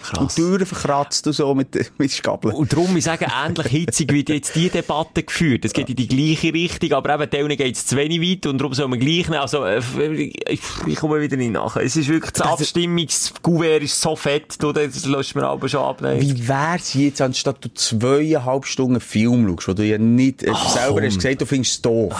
Speaker 3: Und
Speaker 4: Krass.
Speaker 3: die Türen verkratzt und so mit, mit Skabeln.
Speaker 4: Und darum, ich sage, ähnlich hitzig wird jetzt die Debatte geführt. Es geht in die gleiche Richtung, aber eben, denen geht es zu wenig weit und darum soll man gleich nehmen. Also, äh, ich, ich komme wieder nicht nach. Es ist wirklich, das, Abstimmungsgouvert ist so fett, du, das lässt mir aber schon abnehmen.
Speaker 3: Wie wär's jetzt, anstatt du zweieinhalb Stunden Film schaust, wo du ja nicht äh, selber
Speaker 4: komm.
Speaker 3: hast gesagt, du findest es doof.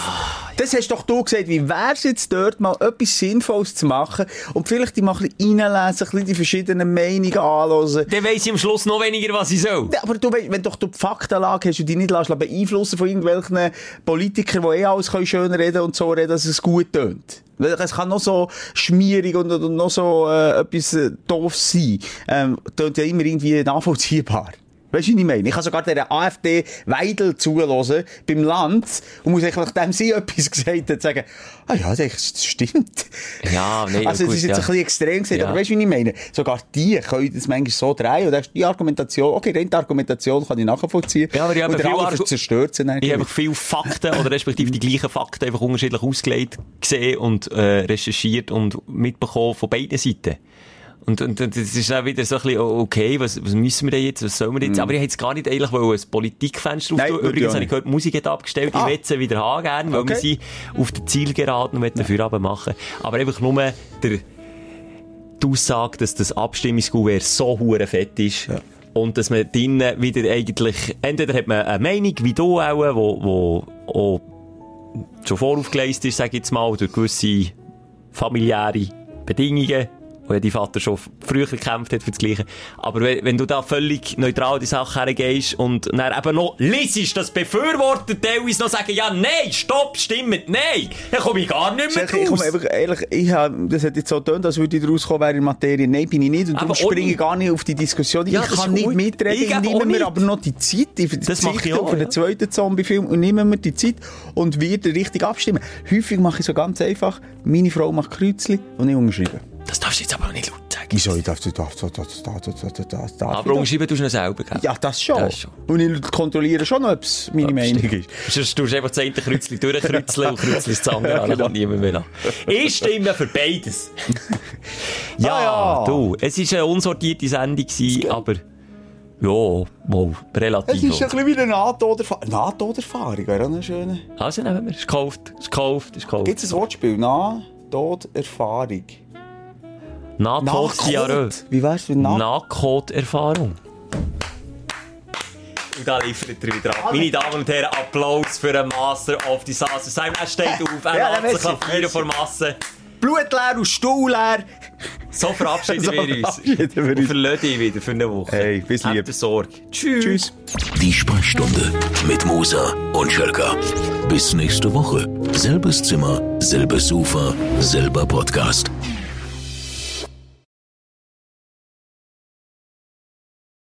Speaker 3: das hast doch du gesagt, wie wär's jetzt dort mal etwas Sinnvolles zu machen und vielleicht die mal ein bisschen reinlesen, ein bisschen die verschiedenen Meinungen anhören.
Speaker 4: Dann weiss ich am Schluss noch weniger, was ich soll.
Speaker 3: Ja, aber du weißt, wenn doch du die Faktenlage hast und dich nicht lässt beeinflussen von irgendwelchen Politikern, die eh alles können schön reden und so reden, dass es gut tönt. Weil Es kann noch so schmierig und, und noch so äh, etwas äh, doof sein. Ähm, tönt ja immer irgendwie nachvollziehbar. Weißt du, was ich meine? Ich kann sogar der AfD Weidel zuhören beim Land und muss eigentlich, nachdem sie etwas gesagt hat, sagen, ah ja, das stimmt.
Speaker 4: Ja, Ah, nee,
Speaker 3: also,
Speaker 4: gut,
Speaker 3: es ist
Speaker 4: ja.
Speaker 3: jetzt ein bisschen extrem gesagt,
Speaker 4: Ja.
Speaker 3: aber weißt du, wie ich meine? Sogar die können das manchmal so drehen und dann ist die Argumentation, okay, rein die Argumentation kann ich nachvollziehen.
Speaker 4: Ja, aber ich habe
Speaker 3: und der
Speaker 4: viel
Speaker 3: andere
Speaker 4: Argu-
Speaker 3: zerstört sie dann.
Speaker 4: Ich habe viele Fakten oder respektive die gleichen Fakten einfach unterschiedlich ausgelegt gesehen und äh, recherchiert und mitbekommen von beiden Seiten. Und, und, und das ist dann wieder so ein bisschen, oh, okay, was, was müssen wir denn jetzt, was sollen wir jetzt? Aber ich hätte jetzt gar nicht eigentlich wollen, ein Politikfenster
Speaker 3: Nein,
Speaker 4: auftun.
Speaker 3: würde ich
Speaker 4: Übrigens
Speaker 3: auch
Speaker 4: habe ich
Speaker 3: nicht.
Speaker 4: gehört, die Musik hat abgestellt,
Speaker 3: Ah.
Speaker 4: ich will sie wieder haben gerne, weil
Speaker 3: Okay.
Speaker 4: wir sind auf der Zielgeraden und wollen den Feierabend machen. Aber einfach nur der, die Aussage, dass das Abstimmungsgouvert so hure fett ist. Und dass man drinnen wieder eigentlich, entweder hat man eine Meinung, wie du auch, wo, wo auch schon voraufgeleistet ist, sag ich jetzt mal, durch gewisse familiäre Bedingungen, wo ja dein Vater schon f- früher gekämpft hat für das Gleiche. Aber wenn, wenn du da völlig neutral an die Sache hergehst und dann eben noch lesest, dass Befürworter teilweise noch sagen, ja, nein, stopp, stimmt, nein, dann komme ich gar nicht mehr
Speaker 3: Ich, ich
Speaker 4: raus.
Speaker 3: komme einfach, ehrlich, ich habe, das hat jetzt so getönt, als würde ich daraus kommen, wäre in Materie. Nein, bin ich nicht. Und darum
Speaker 4: Aber
Speaker 3: springe
Speaker 4: ohne-
Speaker 3: ich gar nicht auf die Diskussion.
Speaker 4: Ja,
Speaker 3: ich
Speaker 4: das
Speaker 3: kann
Speaker 4: ist
Speaker 3: nicht
Speaker 4: gut.
Speaker 3: mitreden.
Speaker 4: Ich
Speaker 3: Ich,
Speaker 4: eben auch
Speaker 3: nehme
Speaker 4: nicht.
Speaker 3: mir aber noch die Zeit. Ich
Speaker 4: Das mache ich
Speaker 3: verzichte
Speaker 4: auch,
Speaker 3: auf
Speaker 4: ja.
Speaker 3: den zweiten Zombie-Film und nehme mir die Zeit und werde richtig abstimmen. Häufig mache ich so ganz einfach, meine Frau macht Kreuzchen und ich unterschreibe.
Speaker 4: Das darfst du jetzt aber auch nicht laut sagen.
Speaker 3: ich so, ich darf, ich darf, ich darf, ich darf, ich darf, ich darf, ich darf.
Speaker 4: Aber umschreiben tust du ihn selber, gell?
Speaker 3: Ja, das schon.
Speaker 4: Ah, Das schon.
Speaker 3: Und ich kontrolliere schon, ob es meine Meinung ist. genau.
Speaker 4: Sonst tust du einfach das eine Kreuzchen durchkreuzeln und kreuzeln das andere an, dann kommt niemand mehr an. Ich stimme für beides. ja,
Speaker 3: Ah, ja.
Speaker 4: du, es war eine unsortierte Sendung, gewesen, aber ja, mal,
Speaker 3: Es ist
Speaker 4: relativ.
Speaker 3: ein bisschen wie eine Nahtoderfahrung. Nahtoderfahrung wäre auch eine schöne.
Speaker 4: Also nehmen wir, ist gekauft, ist gekauft, ist gekauft.
Speaker 3: Gibt es ein Wortspiel? Nahtoderfahrung.
Speaker 4: Nahtod-Diarrhoe.
Speaker 3: Wie wär's mit Nah?
Speaker 4: Nahtkot-Erfahrung. Und da liefert er wieder ab. Meine Damen und Herren, Applaus für den Master of Disaster. Simon, er steht auf, er
Speaker 3: Ja,
Speaker 4: lässt
Speaker 3: merci,
Speaker 4: sich an feiern vor Masse.
Speaker 3: Blut leer und Stuhl leer.
Speaker 4: So verabschieden
Speaker 3: So
Speaker 4: wir uns.
Speaker 3: verabschieden wir
Speaker 4: Und
Speaker 3: uns.
Speaker 4: verlassen dich wieder für eine Woche.
Speaker 3: Hey, bis lieb.
Speaker 4: Habt Sorge. Tschüss.
Speaker 3: Tschüss.
Speaker 2: Die Sprechstunde mit Musa und Schelka. Bis nächste Woche. Selbes Zimmer, selbes Sofa, selber Podcast.